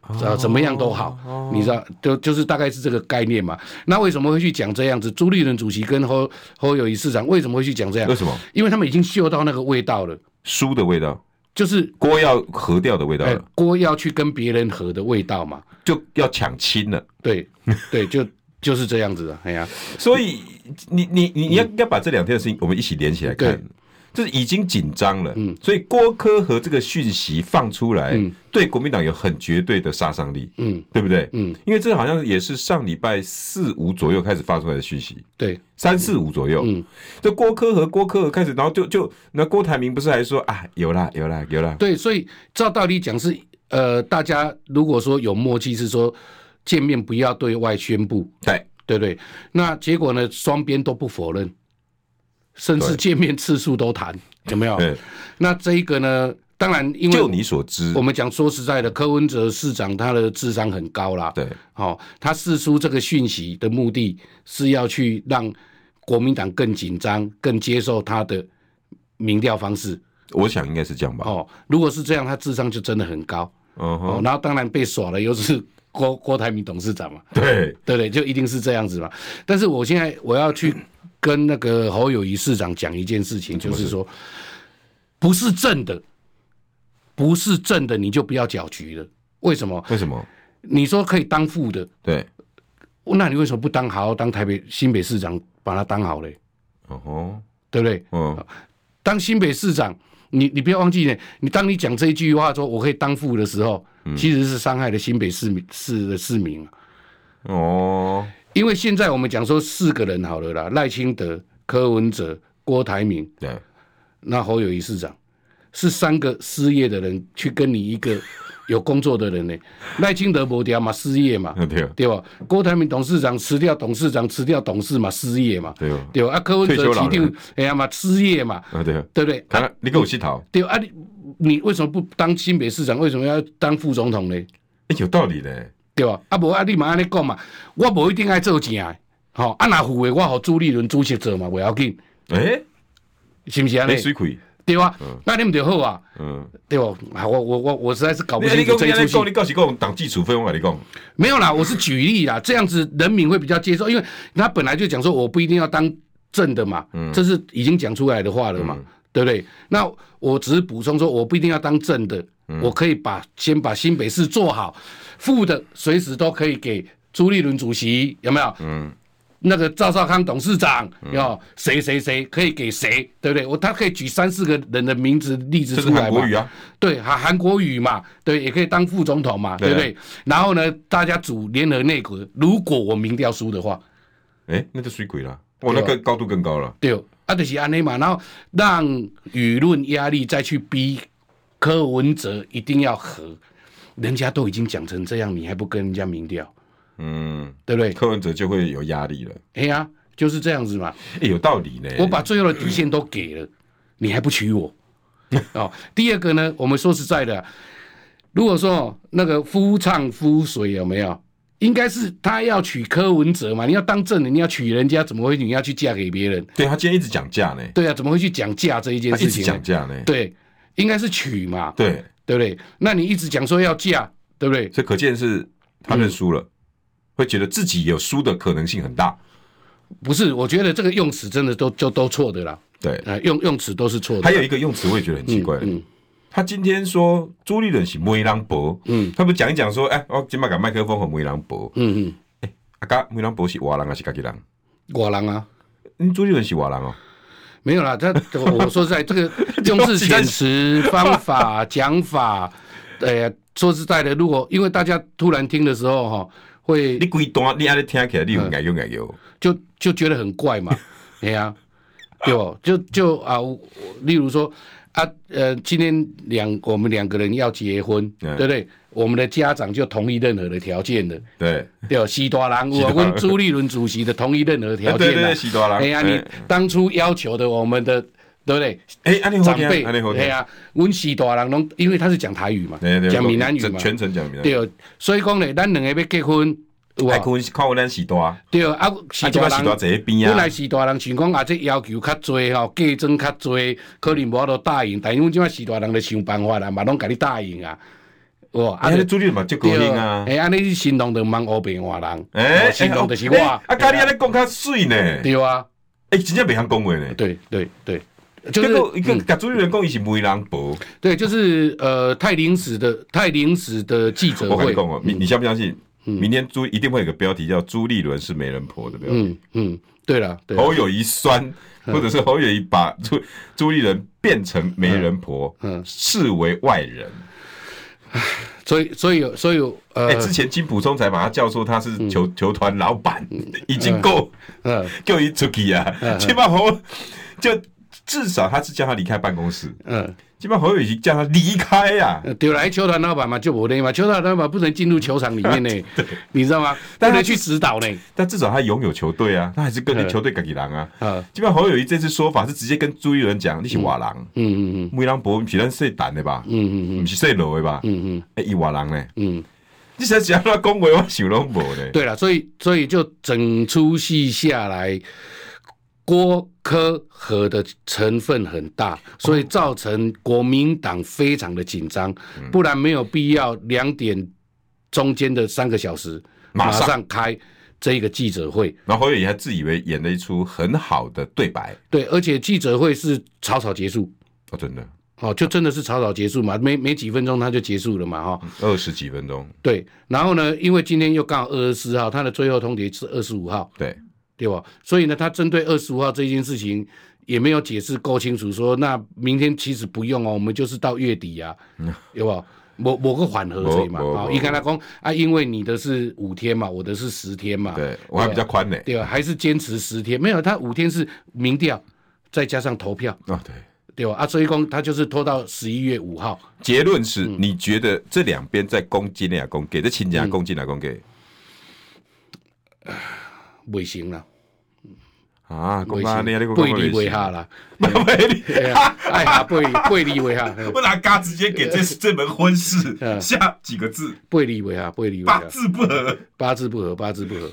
Speaker 2: 啊，怎么样都好，你知道，就就是大概是这个概念嘛。那为什么会去讲这样子？朱立伦主席跟侯侯友谊市长为什么会去讲这样
Speaker 1: 为？什么
Speaker 2: 因为他们已经嗅到那个味道了，
Speaker 1: 书的味道？
Speaker 2: 就是
Speaker 1: 锅要合掉的味道
Speaker 2: 哎、
Speaker 1: 了，
Speaker 2: 锅要去跟别人合的味道嘛。
Speaker 1: 就要抢亲了。 [LAUGHS]
Speaker 2: 对对，就就是这样子的。哎呀，
Speaker 1: 所以你你你你要应该把这两件事情我们一起连起来看
Speaker 2: 对，嗯
Speaker 1: 就是已经紧张了。所以郭科和这个讯息放出来，对国民党有很绝对的杀伤力，
Speaker 2: 嗯，
Speaker 1: 对不对？
Speaker 2: 嗯，
Speaker 1: 因为这好像也是上礼拜四五左右开始发出来的讯息。
Speaker 2: 对，
Speaker 1: 三四五左右，
Speaker 2: 嗯，
Speaker 1: 这郭科和郭科和开始，然后就就那郭台铭不是还说啊，有啦有啦有啦，
Speaker 2: 对，所以照道理讲是，呃，大家如果说有默契，是说见面不要对外宣布，
Speaker 1: 对，
Speaker 2: 对不对？那结果呢，双边都不否认，甚至
Speaker 1: 对
Speaker 2: 见面次数都谈，有没有？
Speaker 1: 对，
Speaker 2: 那这一个呢，当然，因为
Speaker 1: 就你所知
Speaker 2: 我，们讲说实在的，柯文哲市长他的智商很高啦。
Speaker 1: 对，
Speaker 2: 哦，他释出这个讯息的目的是要去让国民党更紧张，更接受他的民调方式。
Speaker 1: 我想应该是这样吧。
Speaker 2: 哦，如果是这样，他智商就真的很高。
Speaker 1: 嗯
Speaker 2: 哦，
Speaker 1: 哼，
Speaker 2: 然后当然被耍了，又是郭郭台铭董事长嘛，
Speaker 1: 对，
Speaker 2: 对不对？就一定是这样子嘛。但是我现在我要去跟那个侯友谊市长讲一件事情，就是说，不是正的，不是正的，你就不要搅局了。为什么？
Speaker 1: 为什么？
Speaker 2: 你说可以当副的，
Speaker 1: 对，
Speaker 2: 那你为什么不当好好当台北新北市长，把它当好嘞？
Speaker 1: 嗯哼，
Speaker 2: 对不对？
Speaker 1: 嗯，
Speaker 2: 当新北市长，你你不要忘记呢，你当你讲这一句话说我可以当副的时候，其实是伤害了新北市民市的市民啊。
Speaker 1: 哦，
Speaker 2: 因为现在我们讲说四个人好了啦，赖清德、柯文哲、郭台铭，
Speaker 1: 对，
Speaker 2: 那侯友谊市长，是三个失业的人去跟你一个 [LAUGHS] 有工作的人呢。赖清德没掉嘛，失业嘛，
Speaker 1: 嗯对，
Speaker 2: 对吧？郭台铭董事长辞掉董事长，辞掉董事嘛，失业嘛，
Speaker 1: 对，
Speaker 2: 对吧？啊，柯文
Speaker 1: 退
Speaker 2: 哲
Speaker 1: 休老
Speaker 2: 辞掉
Speaker 1: 人，
Speaker 2: 哎呀嘛，失业嘛，
Speaker 1: 啊对，
Speaker 2: 对不对？
Speaker 1: 看看你给我去逃，
Speaker 2: 对啊，你你为什么不当新北市长？为什么要当副总统呢？
Speaker 1: 哎，有道理嘞，
Speaker 2: 对吧？啊无啊，你嘛安尼讲嘛，我无一定爱做正的，吼、啊若有诶，我互朱立伦主席做嘛，袂要紧，
Speaker 1: 哎，
Speaker 2: 是毋是安尼
Speaker 1: 没？水亏，
Speaker 2: 对吧？那你毋就好啊，
Speaker 1: 嗯，
Speaker 2: 对吧？啊，我我我我实在是搞不
Speaker 1: 你
Speaker 2: 清
Speaker 1: 你跟
Speaker 2: 楚这一
Speaker 1: 我讲，
Speaker 2: 出戏
Speaker 1: 你。告诉我党纪处分，我跟你讲，
Speaker 2: 没有啦，我是举例啦，这样子人民会比较接受，因为他本来就讲说我不一定要当正的嘛，
Speaker 1: 嗯
Speaker 2: 这是已经讲出来的话了嘛，对不对？那我只是补充说，我不一定要当正的，
Speaker 1: 嗯
Speaker 2: 我可以把先把新北市做好，副的随时都可以给朱立伦主席，有没有？
Speaker 1: 嗯，
Speaker 2: 那个赵少康董事长，要谁谁谁可以给谁，对不对？我他可以举三四个人的名字例子
Speaker 1: 这
Speaker 2: 出
Speaker 1: 是
Speaker 2: 来
Speaker 1: 韩
Speaker 2: 嘛
Speaker 1: 国。语啊，
Speaker 2: 对，韩韩国语嘛，对，也可以当副总统嘛，
Speaker 1: 对
Speaker 2: 对不对？然后呢，大家组联合内阁，如果我民调输的话，
Speaker 1: 哎，那就水鬼了，我那个高度更高了，
Speaker 2: 对，啊，就是安内嘛，然后让舆论压力再去逼柯文哲一定要和，人家都已经讲成这样，你还不跟人家民调，
Speaker 1: 嗯，
Speaker 2: 对不对？
Speaker 1: 柯文哲就会有压力了，
Speaker 2: 哎呀、就是这样子嘛，
Speaker 1: 哎，有道理呢，
Speaker 2: 我把最后的底线都给了，你还不娶我？哦，第二个呢，我们说实在的啊，如果说那个夫唱夫随有没有？应该是他要娶柯文哲嘛？你要当正人，你要娶人家，怎么会你要去嫁给别人？
Speaker 1: 对他今天一直讲价呢，
Speaker 2: 对啊，怎么会去讲嫁这一件
Speaker 1: 他一
Speaker 2: 事
Speaker 1: 直
Speaker 2: 情
Speaker 1: 讲
Speaker 2: 呢？
Speaker 1: 价呢，
Speaker 2: 对，应该是娶嘛，
Speaker 1: 对，
Speaker 2: 对不对？那你一直讲说要嫁，对不对？
Speaker 1: 所以可见是他认输了，会觉得自己有输的可能性很大，
Speaker 2: 不是，我觉得这个用词真的都就都错的啦，
Speaker 1: 对，
Speaker 2: 啊、用用词都是错的。
Speaker 1: 还有一个用词我也觉得很奇怪，他今天说朱立伦是梅兰博，嗯，他们讲一讲说，哎、我今麦讲麦克风和梅兰博，
Speaker 2: 嗯嗯，
Speaker 1: 啊，噶梅兰博是瓦人还是家己人？
Speaker 2: 我郎啊，
Speaker 1: 嗯，朱立伦是瓦人哦，
Speaker 2: 没有啦，他我说实在，
Speaker 1: [LAUGHS]
Speaker 2: 这个用字遣词、方法、讲法，呃，说实在的，如果因为大家突然听的时候哈，会
Speaker 1: 你规段你安尼听起来你
Speaker 2: 嗯
Speaker 1: 有眼有眼有，
Speaker 2: 就就觉得很怪
Speaker 1: [LAUGHS]
Speaker 2: 嘛，哎呀、对哦，就就啊，我我例如说啊，呃，今天两我们两个人要结婚，
Speaker 1: 嗯
Speaker 2: 对不对？我们的家长就同意任何的条件了，
Speaker 1: 对，
Speaker 2: 对哦，西多郎，
Speaker 1: 大
Speaker 2: 我
Speaker 1: 人
Speaker 2: 跟朱立伦主席的同意任何条
Speaker 1: 啊 [LAUGHS] 对
Speaker 2: 件
Speaker 1: 对对，
Speaker 2: 了、
Speaker 1: 是瓦人，嗯
Speaker 2: 哎呀、你当初要求的我们的，对不对？
Speaker 1: 哎，安尼好
Speaker 2: 长
Speaker 1: 听，
Speaker 2: 辈
Speaker 1: 安尼好，听，哎
Speaker 2: 啊，阮是大人拢，因为他是讲台语嘛
Speaker 1: 对对，
Speaker 2: 讲闽南语
Speaker 1: 整
Speaker 2: 嘛，
Speaker 1: 全程讲闽南语，
Speaker 2: 对，所以讲咧，咱两个要结婚，有
Speaker 1: 哎，
Speaker 2: 啊
Speaker 1: 看，我看我咱是大，
Speaker 2: 对啊，是
Speaker 1: 啊，即摆
Speaker 2: 大
Speaker 1: 是大
Speaker 2: 人，
Speaker 1: 坐一边
Speaker 2: 本来
Speaker 1: 啊，
Speaker 2: 是大人想讲啊，这要求较多吼，嫁妆较多，可能无法度答应，但是阮即摆是大人咧想办法啦，嘛拢甲你答应啊，哦，啊
Speaker 1: 哎，，朱立伦嘛就高兴啊，
Speaker 2: 哎，安尼新郎就茫乌白换人，
Speaker 1: 哎，
Speaker 2: 哦新郎就是我，
Speaker 1: 哎啊，家你安尼讲较水呢，
Speaker 2: 对啊，
Speaker 1: 哎，真正袂晓讲话呢。
Speaker 2: 对啊对对，就
Speaker 1: 结
Speaker 2: 是嗯
Speaker 1: 果一个甲主持人讲伊是梅兰博，
Speaker 2: 对，就是呃，太临时的太临时的记者
Speaker 1: 我跟你，
Speaker 2: 会嗯
Speaker 1: 讲哦，你你相不相信？明天朱一定会有个标题叫“朱立伦是媒人婆”的标题，
Speaker 2: 嗯嗯，对了，对嗯啦，
Speaker 1: 侯友谊酸，或者是侯友谊把朱朱立伦变成媒人婆，
Speaker 2: 嗯
Speaker 1: 视为外人。
Speaker 2: 所以所以有所以有呃
Speaker 1: 哎，之前金溥聪才把他叫说他
Speaker 2: 嗯
Speaker 1: 是球球团老板，已经够
Speaker 2: 呃
Speaker 1: 够
Speaker 2: 嗯
Speaker 1: 一出去啊！起码侯就至少他是叫他离开办公室，
Speaker 2: 呃
Speaker 1: 基本上侯友宜叫他离开啊呀、
Speaker 2: 呃对来球团老板嘛，就我的嘛，球团老板不能进入球场里
Speaker 1: [LAUGHS]
Speaker 2: 面呢，你知道吗？不
Speaker 1: 但他
Speaker 2: 能去指导呢，
Speaker 1: 但至少他拥有球队啊，他还是跟
Speaker 2: 嗯
Speaker 1: 着球队自己人啊。
Speaker 2: 啊，
Speaker 1: 基本上侯友宜这次说法是直接跟朱一伦讲，你是瓦郎，
Speaker 2: 嗯嗯
Speaker 1: 木一郎伯不是咱细胆的吧，
Speaker 2: 嗯嗯
Speaker 1: 不是细楼的吧？
Speaker 2: 嗯嗯
Speaker 1: 哎，伊瓦郎呢？
Speaker 2: 嗯，
Speaker 1: 你想只要他恭维我想拢无呢？
Speaker 2: 对了，所以所以就整出戏下来，郭科和的成分很大，所以造成国民党非常的紧张，
Speaker 1: 嗯
Speaker 2: 不然没有必要两点中间的三个小时
Speaker 1: 马上
Speaker 2: 开这一个记者会。
Speaker 1: 然后侯友宜还自以为演了一出很好的对白，
Speaker 2: 对，而且记者会是草草结束，
Speaker 1: 哦，真的
Speaker 2: 哦，就真的是草草结束嘛，没没几分钟他就结束了嘛，哈、哦
Speaker 1: 二十几分钟，
Speaker 2: 对，然后呢，因为今天又刚好二十四号，他的最后通牒是二十五号，
Speaker 1: 对，
Speaker 2: 对吧？所以呢，他针对二十五号这件事情也没有解释够清楚说，那明天其实不用哦，我们就是到月底啊，对吧？某某个缓和所以嘛，
Speaker 1: 没没
Speaker 2: 啊，
Speaker 1: 没
Speaker 2: 伊跟他讲啊，因为你的是五天嘛，我的是十天嘛，
Speaker 1: 对我还比较宽呢。
Speaker 2: 啊对啊吧？还是坚持十天，没有，他五天是民调，再加上投票，
Speaker 1: 啊，对，
Speaker 2: 对吧？啊，所以讲他就是拖到十一月五号，
Speaker 1: 结论是，
Speaker 2: 嗯
Speaker 1: 你觉得这两边在攻击哪攻给，这亲家攻击啊哪攻给
Speaker 2: 尾行了，
Speaker 1: 啊？
Speaker 2: 尾
Speaker 1: 攻啊，
Speaker 2: 行，
Speaker 1: 你啊，你讲
Speaker 2: 背离
Speaker 1: [LAUGHS]
Speaker 2: 为哈啦，对啊，哎呀，背离背离为哈，
Speaker 1: 我哪嘎直接给这这门婚事
Speaker 2: 嗯
Speaker 1: 下几个字：
Speaker 2: 背离为哈，背离为
Speaker 1: 八
Speaker 2: 哈，
Speaker 1: 字不合。
Speaker 2: 八字不合，八字不合。